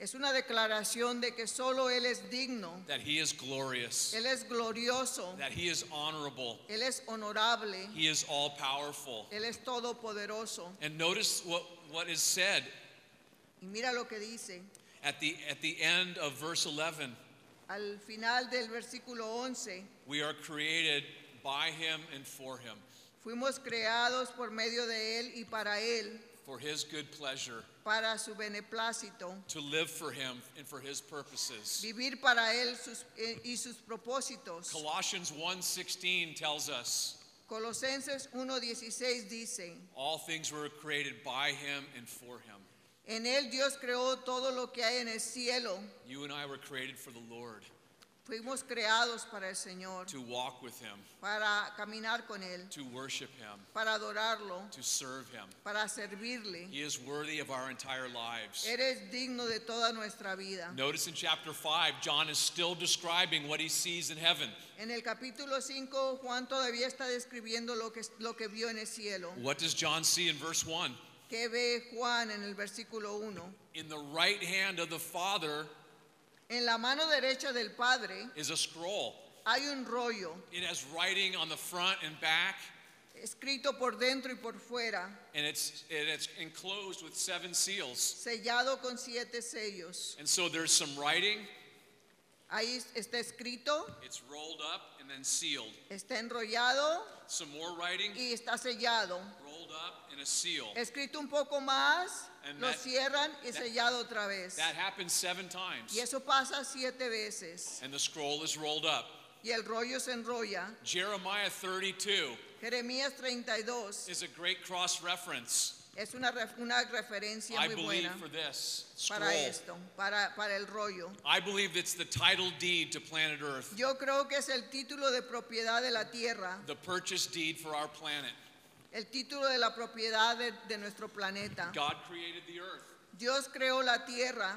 [SPEAKER 2] Es una declaración de que solo Él es digno,
[SPEAKER 1] that He is glorious,
[SPEAKER 2] Él es glorioso,
[SPEAKER 1] that He is honorable,
[SPEAKER 2] Él es honorable,
[SPEAKER 1] He is all powerful.
[SPEAKER 2] Él es todopoderoso.
[SPEAKER 1] And notice what, what is said
[SPEAKER 2] Y mira lo que dice
[SPEAKER 1] at the, at the end of verse 11
[SPEAKER 2] al final del versículo 11.
[SPEAKER 1] we are created by Him and for Him,
[SPEAKER 2] Fuimos creados por medio de Él y para Él,
[SPEAKER 1] for His good pleasure.
[SPEAKER 2] para su beneplácito,
[SPEAKER 1] to live for him and for his purposes.
[SPEAKER 2] vivir para Él sus- eh, y sus propósitos.
[SPEAKER 1] Colossians 1:16 tells us
[SPEAKER 2] Colosenses 1.16 dice,
[SPEAKER 1] all things were created by him and for him.
[SPEAKER 2] en Él Dios creó todo lo que hay en el cielo.
[SPEAKER 1] You and I were created for the Lord,
[SPEAKER 2] Fuimos creados para el Señor,
[SPEAKER 1] to walk with him,
[SPEAKER 2] para caminar con Él,
[SPEAKER 1] to worship him,
[SPEAKER 2] para adorarlo,
[SPEAKER 1] to serve him.
[SPEAKER 2] para servirle.
[SPEAKER 1] He is worthy of our entire lives.
[SPEAKER 2] Eres digno de toda nuestra vida.
[SPEAKER 1] Notice in chapter 5, John is still describing what he sees in heaven.
[SPEAKER 2] En el capítulo 5, Juan todavía está describiendo lo que, lo que vio en el cielo.
[SPEAKER 1] What does John see in verse 1?
[SPEAKER 2] ¿Qué ve Juan en el versículo 1?
[SPEAKER 1] In the right hand of the Father
[SPEAKER 2] En la mano derecha del Padre
[SPEAKER 1] is a scroll.
[SPEAKER 2] hay un rollo
[SPEAKER 1] It has writing on the front and back.
[SPEAKER 2] escrito por dentro y por fuera,
[SPEAKER 1] and it's and it's enclosed with seven seals.
[SPEAKER 2] sellado con siete sellos.
[SPEAKER 1] And so there's some writing.
[SPEAKER 2] Ahí está escrito,
[SPEAKER 1] It's rolled up and then sealed.
[SPEAKER 2] está enrollado
[SPEAKER 1] Some more writing,
[SPEAKER 2] y está sellado.
[SPEAKER 1] rolled up and a seal.
[SPEAKER 2] Escrito un poco más,
[SPEAKER 1] And
[SPEAKER 2] lo
[SPEAKER 1] that-
[SPEAKER 2] cierran y
[SPEAKER 1] that-
[SPEAKER 2] sellado otra vez.
[SPEAKER 1] That happens seven times.
[SPEAKER 2] Y eso pasa siete veces.
[SPEAKER 1] And the scroll is rolled up.
[SPEAKER 2] Y el rollo se enrolla.
[SPEAKER 1] Jeremiah 32
[SPEAKER 2] Jeremías 32
[SPEAKER 1] is a great cross reference,
[SPEAKER 2] es una, ref- una referencia
[SPEAKER 1] I
[SPEAKER 2] muy
[SPEAKER 1] believe,
[SPEAKER 2] buena
[SPEAKER 1] for this scroll.
[SPEAKER 2] para esto, para, para el rollo.
[SPEAKER 1] I believe it's the title deed to planet Earth,
[SPEAKER 2] Yo creo que es el título de propiedad de la tierra,
[SPEAKER 1] the purchase deed for our planet.
[SPEAKER 2] el título de la propiedad de, de nuestro planeta.
[SPEAKER 1] God created the earth,
[SPEAKER 2] Dios creó la tierra,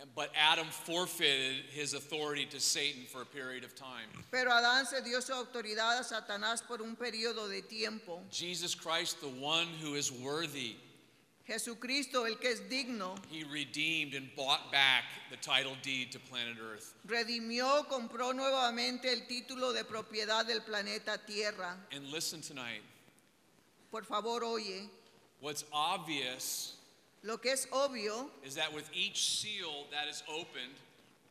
[SPEAKER 1] and- but Adam forfeited his authority to Satan for a period of time.
[SPEAKER 2] pero Adán se dio su autoridad a Satanás por un periodo de tiempo.
[SPEAKER 1] Jesus Christ, the one who is worthy,
[SPEAKER 2] Jesucristo, el que es digno,
[SPEAKER 1] he redeemed and bought back the title deed to planet Earth.
[SPEAKER 2] redimió, compró nuevamente el título de propiedad del planeta Tierra.
[SPEAKER 1] And listen tonight,
[SPEAKER 2] Por favor, oye,
[SPEAKER 1] what's obvious
[SPEAKER 2] lo que es obvio,
[SPEAKER 1] is that with each seal that is opened,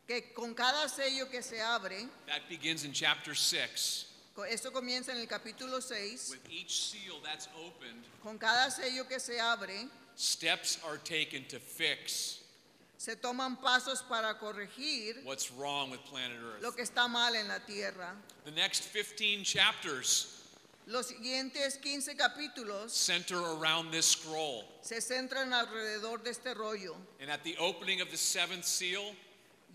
[SPEAKER 2] que con cada sello que se abre,
[SPEAKER 1] that begins in chapter 6,
[SPEAKER 2] co- esto comienza en el capítulo 6,
[SPEAKER 1] with each seal that's opened,
[SPEAKER 2] con cada sello que se abre,
[SPEAKER 1] steps are taken to fix
[SPEAKER 2] se toman pasos para corregir
[SPEAKER 1] what's wrong with planet
[SPEAKER 2] lo
[SPEAKER 1] Earth.
[SPEAKER 2] que está mal en la tierra.
[SPEAKER 1] The next 15 chapters
[SPEAKER 2] Los siguientes 15 capítulos
[SPEAKER 1] center around this scroll.
[SPEAKER 2] se centran alrededor de este rollo.
[SPEAKER 1] And at the opening of the seventh seal,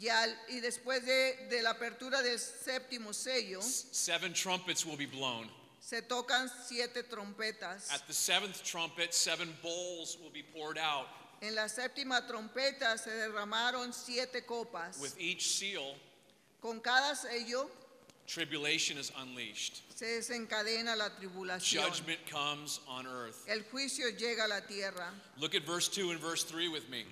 [SPEAKER 2] Y, al- y después de, de la apertura del séptimo sello,
[SPEAKER 1] s- seven trumpets will be blown.
[SPEAKER 2] se tocan siete trompetas.
[SPEAKER 1] At the seventh trumpet, seven bowls will be poured out.
[SPEAKER 2] En la séptima trompeta se derramaron siete copas.
[SPEAKER 1] With each seal,
[SPEAKER 2] Con cada sello
[SPEAKER 1] tribulation is unleashed.
[SPEAKER 2] se desencadena la tribulación.
[SPEAKER 1] Judgment comes on earth.
[SPEAKER 2] El juicio llega a la tierra.
[SPEAKER 1] Look at verse 2 and verse 3 with me.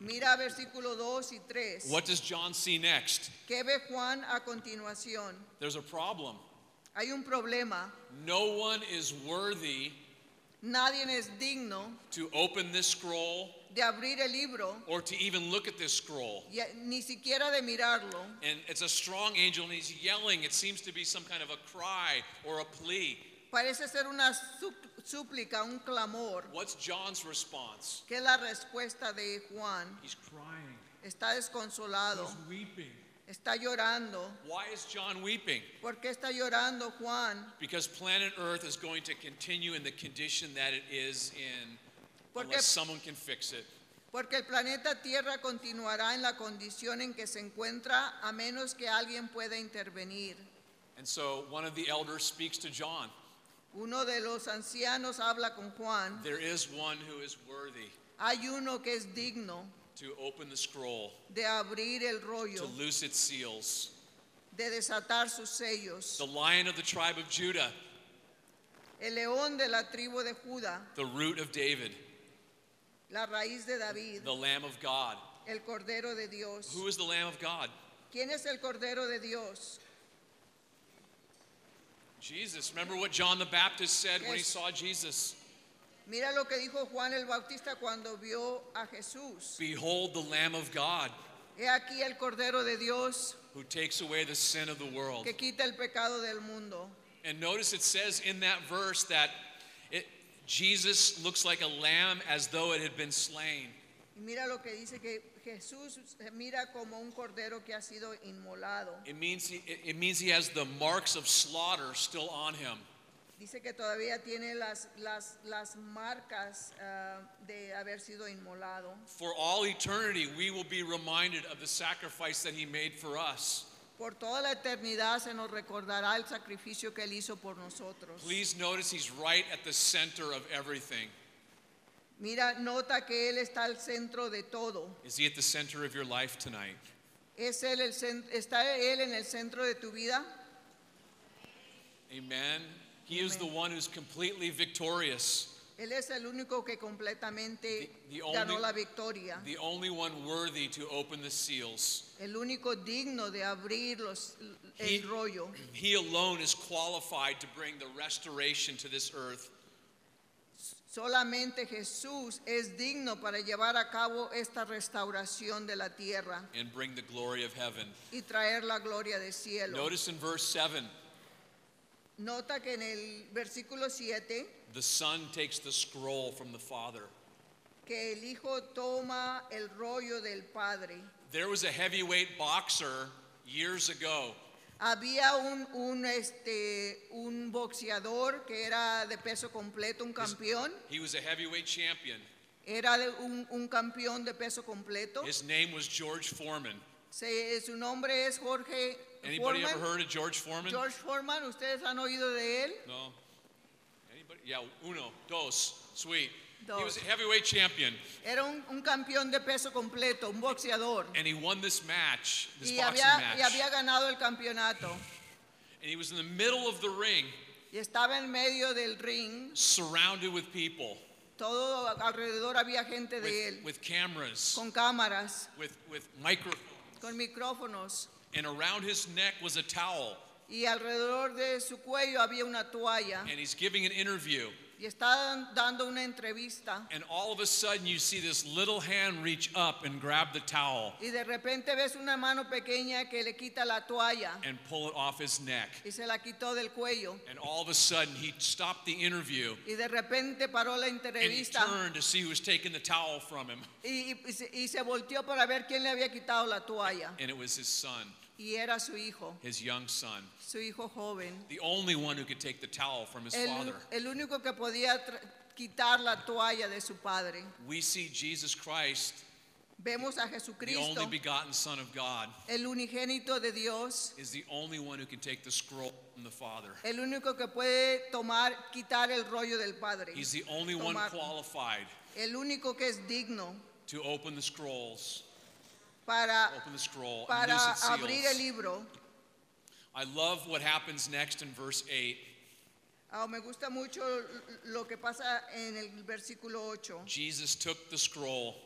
[SPEAKER 2] Mira versículo 2 y 3.
[SPEAKER 1] What does John see next?
[SPEAKER 2] ¿Qué ve Juan a continuación?
[SPEAKER 1] There's a problem.
[SPEAKER 2] Hay un problema.
[SPEAKER 1] No one is worthy
[SPEAKER 2] Nadie es digno
[SPEAKER 1] to open this scroll
[SPEAKER 2] de abrir el libro,
[SPEAKER 1] or to even look at this scroll.
[SPEAKER 2] y- eh, ni siquiera de mirarlo.
[SPEAKER 1] And it's a strong angel and he's yelling. It seems to be some kind of a cry or a plea.
[SPEAKER 2] Parece ser una sup- súplica, un clamor.
[SPEAKER 1] What's John's response?
[SPEAKER 2] ¿Qué es la respuesta de Juan?
[SPEAKER 1] He's crying.
[SPEAKER 2] Está desconsolado,
[SPEAKER 1] weeping.
[SPEAKER 2] Está llorando.
[SPEAKER 1] Why is John weeping?
[SPEAKER 2] ¿Por qué está llorando Juan?
[SPEAKER 1] Because planet Earth is going to continue in the condition that it is in
[SPEAKER 2] Porque-
[SPEAKER 1] unless someone can fix it.
[SPEAKER 2] Porque el planeta Tierra continuará en la condición en que se encuentra a menos que alguien pueda intervenir.
[SPEAKER 1] And so one of the elders speaks to John.
[SPEAKER 2] Uno de los ancianos habla con Juan.
[SPEAKER 1] There is one who is worthy
[SPEAKER 2] Hay uno que es digno
[SPEAKER 1] to open the scroll,
[SPEAKER 2] de abrir el
[SPEAKER 1] to
[SPEAKER 2] rollo,
[SPEAKER 1] loose its seals.
[SPEAKER 2] de desatar sus sellos.
[SPEAKER 1] The lion of the tribe of Judah,
[SPEAKER 2] El león de la tribu de Judá,
[SPEAKER 1] the root of David,
[SPEAKER 2] la raíz de David,
[SPEAKER 1] the Lamb of God.
[SPEAKER 2] el cordero de Dios.
[SPEAKER 1] Who is the Lamb of God?
[SPEAKER 2] ¿Quién es el cordero de Dios?
[SPEAKER 1] Jesus. Remember what John the Baptist said when he
[SPEAKER 2] Yes.
[SPEAKER 1] saw Jesus?
[SPEAKER 2] Mira lo que dijo Juan el Bautista cuando vio a Jesús.
[SPEAKER 1] Behold the Lamb of God
[SPEAKER 2] He aquí el cordero de Dios
[SPEAKER 1] who takes away the sin of the world.
[SPEAKER 2] que quita el pecado del mundo.
[SPEAKER 1] And notice it says in that verse that it, Jesus looks like a lamb as though it had been slain.
[SPEAKER 2] Y mira lo que dice que Jesús se mira como un cordero que ha sido inmolado.
[SPEAKER 1] It means he, it- it means he has the marks of slaughter still on him.
[SPEAKER 2] Dice que todavía tiene las, las, las marcas ah, de haber sido inmolado.
[SPEAKER 1] For all eternity, we will be reminded of the sacrifice that he made for us.
[SPEAKER 2] Por toda la eternidad se nos recordará el sacrificio que Él hizo por nosotros.
[SPEAKER 1] Please notice he's right at the center of everything.
[SPEAKER 2] Mira, nota que Él está al centro de todo.
[SPEAKER 1] Is he at the center of your life tonight?
[SPEAKER 2] ¿Es él el cen- ¿Está Él en el centro de tu vida?
[SPEAKER 1] Amen. He is the one who's completely victorious,
[SPEAKER 2] Él es el único que completamente
[SPEAKER 1] The- the
[SPEAKER 2] ganó
[SPEAKER 1] only-
[SPEAKER 2] la victoria.
[SPEAKER 1] the only one worthy to open the seals.
[SPEAKER 2] el único digno de abrir los,
[SPEAKER 1] He-
[SPEAKER 2] el rollo.
[SPEAKER 1] He alone is qualified to bring the restoration to this earth.
[SPEAKER 2] Solamente Jesús es digno para llevar a cabo esta restauración de la tierra
[SPEAKER 1] and bring the glory of heaven.
[SPEAKER 2] y traer la gloria del cielo.
[SPEAKER 1] Notice in verse 7,
[SPEAKER 2] Nota que en el versículo 7
[SPEAKER 1] the Son takes the scroll from the Father.
[SPEAKER 2] que el Hijo toma el rollo del Padre.
[SPEAKER 1] There was a heavyweight boxer years ago.
[SPEAKER 2] Había un, un, este, un boxeador que era de peso completo, un campeón.
[SPEAKER 1] He was a heavyweight champion.
[SPEAKER 2] Era de un, un campeón de peso completo.
[SPEAKER 1] His name was George Foreman.
[SPEAKER 2] Se- su nombre es Jorge
[SPEAKER 1] Anybody ever
[SPEAKER 2] Foreman.
[SPEAKER 1] heard of George Foreman?
[SPEAKER 2] George Foreman, ¿ustedes han oído de él?
[SPEAKER 1] No. Anybody? Yeah, uno, dos, sweet. He was
[SPEAKER 2] Dos.
[SPEAKER 1] a heavyweight champion,
[SPEAKER 2] Era un, un campeón de peso completo, un boxeador.
[SPEAKER 1] and he won this match, this
[SPEAKER 2] Y
[SPEAKER 1] boxing
[SPEAKER 2] había, y
[SPEAKER 1] match.
[SPEAKER 2] había ganado el campeonato.
[SPEAKER 1] And he was in the middle of the ring,
[SPEAKER 2] Y estaba en medio del ring.
[SPEAKER 1] surrounded with people,
[SPEAKER 2] Todo alrededor había gente de
[SPEAKER 1] with,
[SPEAKER 2] él.
[SPEAKER 1] with cameras,
[SPEAKER 2] Con cámaras,
[SPEAKER 1] with, with microphones.
[SPEAKER 2] con micrófonos.
[SPEAKER 1] And around his neck was a towel.
[SPEAKER 2] Y alrededor de su cuello había una toalla.
[SPEAKER 1] And he's giving an interview.
[SPEAKER 2] Y está dan- dando una entrevista.
[SPEAKER 1] And all of a sudden, you see this little hand reach up and grab the towel
[SPEAKER 2] Y de repente ves una mano pequeña que le quita la toalla.
[SPEAKER 1] and pull it off his neck.
[SPEAKER 2] Y se la quitó del cuello.
[SPEAKER 1] And all of a sudden, he stopped the interview
[SPEAKER 2] Y de repente paró la
[SPEAKER 1] and he
[SPEAKER 2] entrevista.
[SPEAKER 1] turned to see who was taking the towel from him. [LAUGHS]
[SPEAKER 2] Y, y- y se, y se volteó para ver quién le había quitado la toalla.
[SPEAKER 1] And it was his son,
[SPEAKER 2] Y era su hijo,
[SPEAKER 1] his young son,
[SPEAKER 2] su hijo joven.
[SPEAKER 1] the only one who could take the towel from his
[SPEAKER 2] El,
[SPEAKER 1] father.
[SPEAKER 2] el único que podía tra- quitar la toalla de su padre.
[SPEAKER 1] We see Jesus Christ,
[SPEAKER 2] Vemos a
[SPEAKER 1] the only
[SPEAKER 2] Jesucristo,
[SPEAKER 1] begotten Son of God,
[SPEAKER 2] el unigénito de Dios,
[SPEAKER 1] is the only one who can take the scroll from the Father.
[SPEAKER 2] el único que puede tomar, quitar el rollo del padre.
[SPEAKER 1] He's the only one
[SPEAKER 2] Tomar-
[SPEAKER 1] qualified
[SPEAKER 2] El único que es digno
[SPEAKER 1] to open the scrolls,
[SPEAKER 2] para,
[SPEAKER 1] open the scroll, Oh, and
[SPEAKER 2] para
[SPEAKER 1] loose its
[SPEAKER 2] abrir el
[SPEAKER 1] seals.
[SPEAKER 2] libro.
[SPEAKER 1] I love what happens next in verse 8.
[SPEAKER 2] Ah, me gusta mucho lo que pasa en el versículo 8.
[SPEAKER 1] Jesus took the scroll,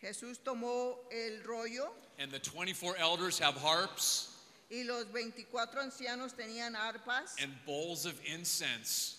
[SPEAKER 2] Jesús tomó el rollo
[SPEAKER 1] and the 24 elders have harps
[SPEAKER 2] y los 24 ancianos tenían arpas
[SPEAKER 1] and bowls of incense.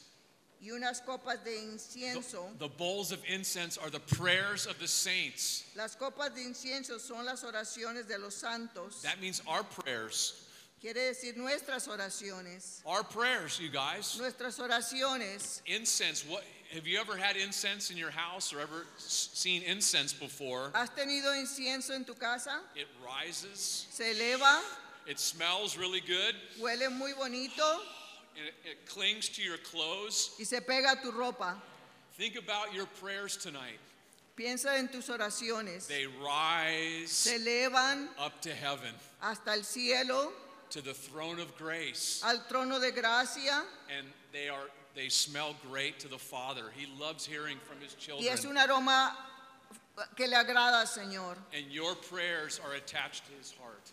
[SPEAKER 2] y unas copas de
[SPEAKER 1] The,
[SPEAKER 2] incienso.
[SPEAKER 1] the bowls of incense are the prayers of the saints.
[SPEAKER 2] Las copas de incienso son las oraciones de los santos.
[SPEAKER 1] That means our prayers.
[SPEAKER 2] Quiere decir nuestras oraciones.
[SPEAKER 1] Our prayers, you guys.
[SPEAKER 2] Nuestras oraciones.
[SPEAKER 1] Incense, what Have you ever had incense in your house or ever s- seen incense before?
[SPEAKER 2] ¿Has tenido incienso en tu casa?
[SPEAKER 1] It rises,
[SPEAKER 2] Se eleva,
[SPEAKER 1] it smells really good,
[SPEAKER 2] huele muy bonito
[SPEAKER 1] and it, it clings to your clothes.
[SPEAKER 2] y se pega a tu ropa.
[SPEAKER 1] Think about your prayers tonight.
[SPEAKER 2] Piensa en tus oraciones.
[SPEAKER 1] They rise
[SPEAKER 2] Se elevan
[SPEAKER 1] up to heaven,
[SPEAKER 2] hasta el cielo,
[SPEAKER 1] to the throne of grace,
[SPEAKER 2] al trono de gracia,
[SPEAKER 1] and they are they smell great to the Father. He loves hearing from his
[SPEAKER 2] y es un
[SPEAKER 1] children.
[SPEAKER 2] aroma que le agrada al Señor.
[SPEAKER 1] And your prayers are attached to his heart.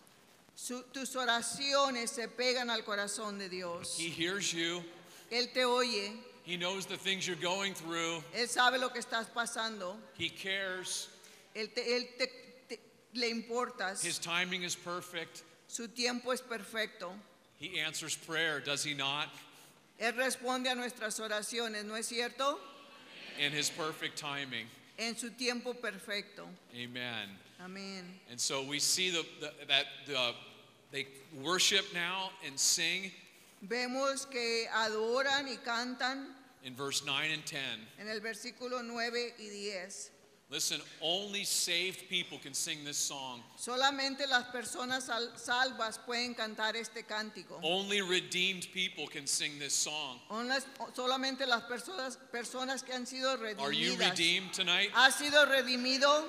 [SPEAKER 2] Su- tus oraciones se pegan al corazón de Dios.
[SPEAKER 1] He hears you.
[SPEAKER 2] Él te oye,
[SPEAKER 1] He knows the things you're going through.
[SPEAKER 2] Él sabe lo que estás pasando,
[SPEAKER 1] He cares.
[SPEAKER 2] Él, te, él te- te- le importas,
[SPEAKER 1] His timing is perfect.
[SPEAKER 2] su tiempo es perfecto.
[SPEAKER 1] He answers prayer, does he not?
[SPEAKER 2] Él responde a nuestras oraciones, ¿no es cierto?
[SPEAKER 1] In his perfect timing.
[SPEAKER 2] En su tiempo perfecto.
[SPEAKER 1] Amen.
[SPEAKER 2] Amén.
[SPEAKER 1] And so we see the, the, that the, they worship now and sing
[SPEAKER 2] Vemos que adoran y cantan
[SPEAKER 1] in verse 9 and 10.
[SPEAKER 2] en el versículo 9 y 10.
[SPEAKER 1] Listen, only saved people can sing this song.
[SPEAKER 2] Solamente las personas sal- salvas pueden cantar este cántico.
[SPEAKER 1] Only redeemed people can sing this song.
[SPEAKER 2] Onlas- solamente las personas, personas que han sido
[SPEAKER 1] Are you
[SPEAKER 2] redimidas.
[SPEAKER 1] redeemed tonight?
[SPEAKER 2] ¿Has sido redimido?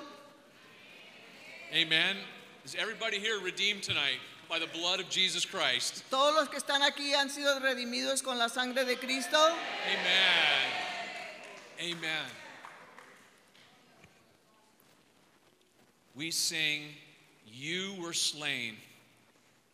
[SPEAKER 1] Amen. Is everybody here redeemed tonight by the blood of Jesus Christ?
[SPEAKER 2] Todos los que están aquí han sido redimidos con la sangre de Cristo.
[SPEAKER 1] Amen. Amen. We sing, You were slain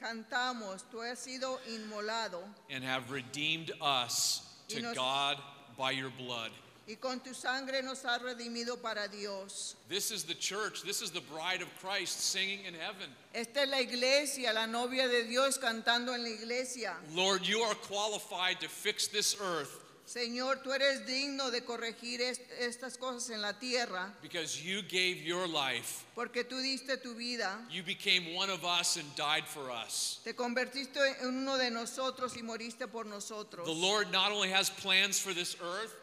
[SPEAKER 2] Cantamos, tú has sido inmolado
[SPEAKER 1] and have redeemed us to
[SPEAKER 2] Y nos-
[SPEAKER 1] God by your blood.
[SPEAKER 2] y con tu sangre nos has redimido para Dios.
[SPEAKER 1] This is the church, this is the bride of Christ singing in heaven.
[SPEAKER 2] Esta es la iglesia, la novia de Dios cantando en la iglesia.
[SPEAKER 1] Lord, you are qualified to fix this earth
[SPEAKER 2] Señor, tú eres digno de corregir est- estas cosas en la tierra,
[SPEAKER 1] because you gave your life.
[SPEAKER 2] porque tú diste tu vida,
[SPEAKER 1] You became one of us and died for us.
[SPEAKER 2] te convertiste en uno de nosotros y moriste por nosotros.
[SPEAKER 1] The Lord not only has plans for this earth,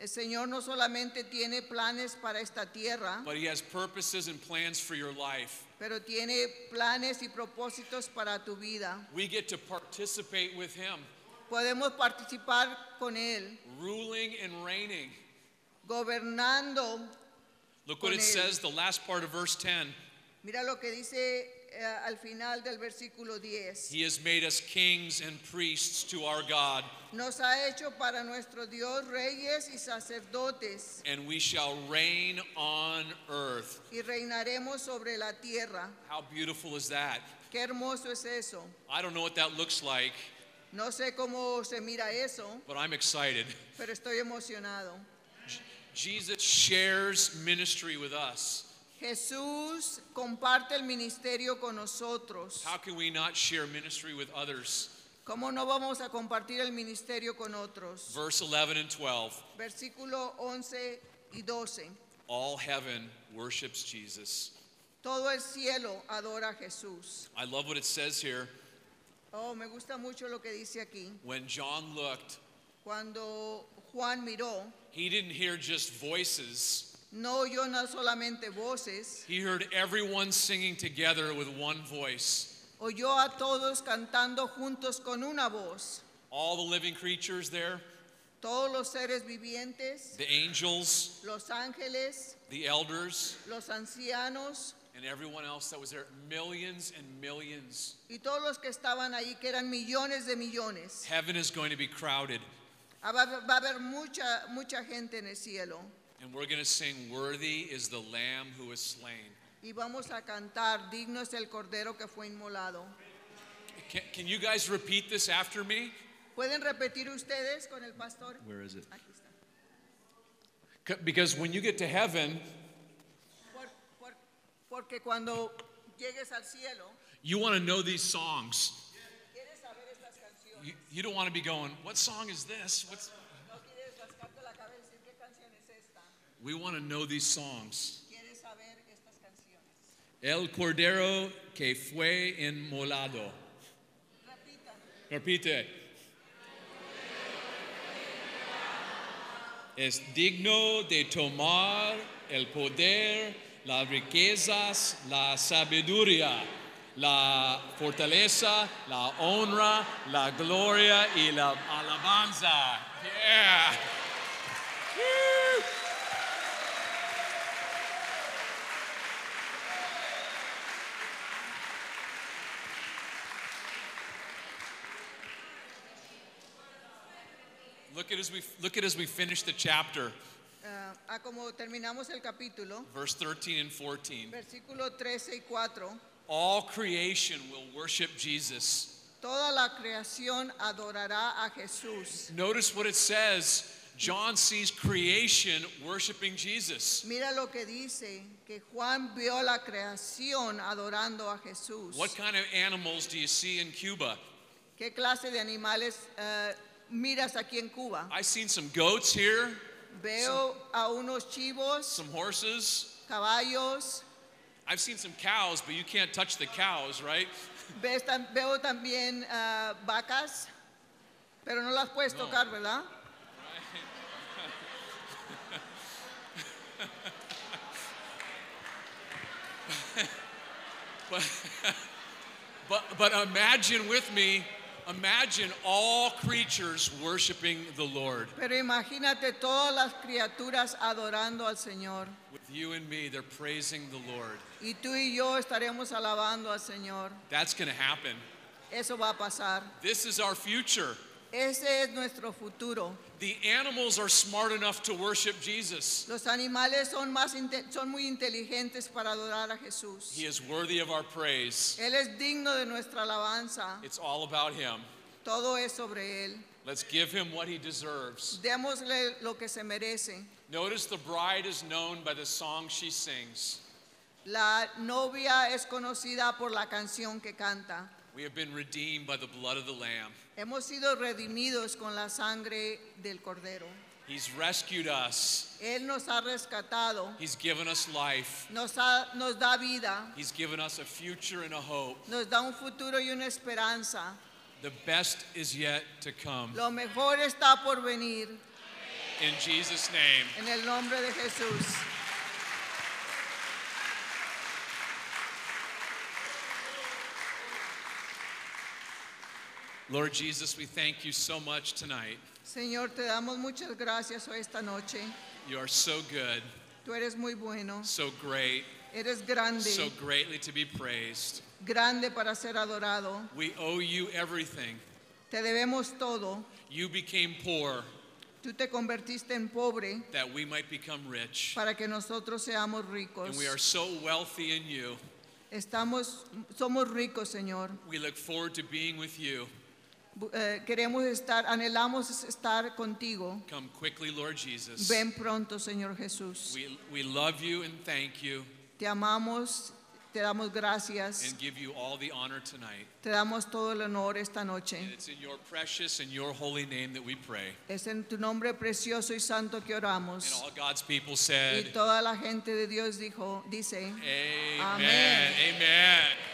[SPEAKER 2] El Señor no solamente tiene planes para esta tierra,
[SPEAKER 1] but He has purposes and plans for your life.
[SPEAKER 2] pero tiene planes y propósitos para tu vida.
[SPEAKER 1] We get to participate with Him,
[SPEAKER 2] Podemos participar con Él,
[SPEAKER 1] ruling and reigning.
[SPEAKER 2] gobernando.
[SPEAKER 1] Look what
[SPEAKER 2] Con
[SPEAKER 1] it
[SPEAKER 2] él.
[SPEAKER 1] says, the last part of verse 10.
[SPEAKER 2] Mira lo que dice eh, al final del versículo 10.
[SPEAKER 1] He has made us kings and priests to our God,
[SPEAKER 2] Nos ha hecho para nuestro Dios reyes y sacerdotes
[SPEAKER 1] and we shall reign on earth.
[SPEAKER 2] y reinaremos sobre la tierra.
[SPEAKER 1] How beautiful is that?
[SPEAKER 2] Qué hermoso es eso.
[SPEAKER 1] I don't know what that looks like,
[SPEAKER 2] No sé cómo se mira eso,
[SPEAKER 1] but I'm excited.
[SPEAKER 2] pero estoy emocionado.
[SPEAKER 1] Jesus shares ministry with us.
[SPEAKER 2] Jesús comparte el ministerio con nosotros.
[SPEAKER 1] How can we not share ministry with others?
[SPEAKER 2] ¿Cómo no vamos a compartir el ministerio con otros?
[SPEAKER 1] Verse 11 and 12.
[SPEAKER 2] Versículo 11 y 12.
[SPEAKER 1] All heaven worships Jesus.
[SPEAKER 2] Todo el cielo adora a Jesús.
[SPEAKER 1] I love what it says here.
[SPEAKER 2] Oh, me gusta mucho lo que dice aquí.
[SPEAKER 1] When John looked,
[SPEAKER 2] Cuando Juan miró,
[SPEAKER 1] he didn't hear just voices,
[SPEAKER 2] no oyó no solamente voces,
[SPEAKER 1] he heard everyone singing together with one voice.
[SPEAKER 2] oyó a todos cantando juntos con una voz.
[SPEAKER 1] All the living creatures there,
[SPEAKER 2] Todos los seres vivientes,
[SPEAKER 1] the angels,
[SPEAKER 2] los ángeles,
[SPEAKER 1] the elders,
[SPEAKER 2] los ancianos
[SPEAKER 1] and everyone else that was there. Millions and millions.
[SPEAKER 2] y todos los que estaban ahí, que eran millones de millones.
[SPEAKER 1] Heaven is going to be crowded,
[SPEAKER 2] Ah, Va, va a haber mucha, mucha gente en el cielo
[SPEAKER 1] and we're going to sing, Worthy is the Lamb who was slain.
[SPEAKER 2] y vamos a cantar, digno es el Cordero que fue inmolado.
[SPEAKER 1] Can, can you guys repeat this after me?
[SPEAKER 2] ¿Pueden repetir ustedes con el pastor?
[SPEAKER 3] Where is it?
[SPEAKER 2] Aquí está.
[SPEAKER 1] C- Because when you get to heaven,
[SPEAKER 2] Por- por- porque cuando llegues al cielo,
[SPEAKER 1] you want to know these songs.
[SPEAKER 2] quieres saber estas canciones.
[SPEAKER 1] You, you don't want to be going, What song is this? What's...
[SPEAKER 2] No quieres rascarte la cabeza y decir qué canción es esta.
[SPEAKER 1] We want to know these songs.
[SPEAKER 2] Quieres saber estas canciones.
[SPEAKER 1] El Cordero que fue inmolado.
[SPEAKER 2] Repitan.
[SPEAKER 1] Repite. es digno de tomar el poder, las riquezas, la sabiduría, la fortaleza, la honra, la gloria y la alabanza. Yeah. Woo. Look at as we look at as we finish the chapter,
[SPEAKER 2] Ah, a como terminamos el capítulo,
[SPEAKER 1] verse 13 and 14.
[SPEAKER 2] versículo 13 y 4,
[SPEAKER 1] All creation will worship Jesus.
[SPEAKER 2] toda la creación adorará a Jesús.
[SPEAKER 1] Notice what it says. John sees creation worshiping Jesus.
[SPEAKER 2] Mira lo que dice, que Juan vio la creación adorando a Jesús.
[SPEAKER 1] What kind of animals do you see in Cuba?
[SPEAKER 2] ¿Qué clase de animales eh, miras aquí en Cuba?
[SPEAKER 1] I've seen some goats here,
[SPEAKER 2] Veo a unos chivos,
[SPEAKER 1] some horses.
[SPEAKER 2] caballos,
[SPEAKER 1] I've seen some cows, but you can't touch the cows, right?
[SPEAKER 2] ves tam- veo también ah, vacas, pero no las puedes
[SPEAKER 1] No.
[SPEAKER 2] tocar, ¿verdad?
[SPEAKER 1] But, but imagine with me, imagine all creatures worshiping the Lord.
[SPEAKER 2] Pero imagínate todas las criaturas adorando al Señor.
[SPEAKER 1] With you and me, they're praising the Lord.
[SPEAKER 2] Y tú y yo estaremos alabando al Señor.
[SPEAKER 1] That's going to happen.
[SPEAKER 2] Eso va a pasar.
[SPEAKER 1] This is our future.
[SPEAKER 2] Ese es nuestro futuro.
[SPEAKER 1] The animals are smart enough to worship Jesus.
[SPEAKER 2] Los animales son, más inte- son muy inteligentes para adorar a Jesús.
[SPEAKER 1] He is worthy of our praise.
[SPEAKER 2] Él es digno de nuestra alabanza.
[SPEAKER 1] It's all about Him.
[SPEAKER 2] Todo es sobre Él.
[SPEAKER 1] Let's give Him what He deserves.
[SPEAKER 2] Démosle lo que se merece.
[SPEAKER 1] Notice the bride is known by the song she sings.
[SPEAKER 2] La novia es conocida por la canción que canta.
[SPEAKER 1] We have been redeemed by the blood of the Lamb.
[SPEAKER 2] Hemos sido redimidos con la sangre del Cordero.
[SPEAKER 1] He's rescued us,
[SPEAKER 2] Él nos ha rescatado,
[SPEAKER 1] He's given us life,
[SPEAKER 2] nos, ha- nos da vida,
[SPEAKER 1] He's given us a future and a hope.
[SPEAKER 2] nos da un futuro y una esperanza.
[SPEAKER 1] The best is yet to come.
[SPEAKER 2] Lo mejor está por venir
[SPEAKER 1] In Jesus' name.
[SPEAKER 2] en el nombre de Jesús.
[SPEAKER 1] Lord Jesus, we thank you so much tonight.
[SPEAKER 2] Señor, te damos muchas gracias hoy esta noche.
[SPEAKER 1] You are so good,
[SPEAKER 2] Tú eres muy bueno,
[SPEAKER 1] so great,
[SPEAKER 2] eres
[SPEAKER 1] so
[SPEAKER 2] grande,
[SPEAKER 1] greatly to be praised.
[SPEAKER 2] grande para ser adorado.
[SPEAKER 1] We owe you everything.
[SPEAKER 2] Te debemos todo.
[SPEAKER 1] You became poor
[SPEAKER 2] Tú te convertiste en pobre
[SPEAKER 1] that we might become rich.
[SPEAKER 2] para que nosotros seamos ricos.
[SPEAKER 1] And we are so wealthy in you.
[SPEAKER 2] Estamos, somos ricos, Señor.
[SPEAKER 1] We look forward to being with you.
[SPEAKER 2] Bu- eh, queremos estar, anhelamos estar contigo.
[SPEAKER 1] Come quickly, Lord Jesus.
[SPEAKER 2] Ven pronto, Señor Jesús.
[SPEAKER 1] We, we love you and thank you
[SPEAKER 2] Te amamos, te damos gracias,
[SPEAKER 1] and give you all the honor tonight.
[SPEAKER 2] te damos todo el honor esta
[SPEAKER 1] And
[SPEAKER 2] noche.
[SPEAKER 1] it's in your precious and your holy name that we pray.
[SPEAKER 2] Es en tu nombre precioso y santo que
[SPEAKER 1] And
[SPEAKER 2] oramos.
[SPEAKER 1] all God's people
[SPEAKER 2] Y
[SPEAKER 1] said,
[SPEAKER 2] toda la gente de Dios dijo, dice,
[SPEAKER 1] Amen.
[SPEAKER 2] Amén.
[SPEAKER 1] Amen.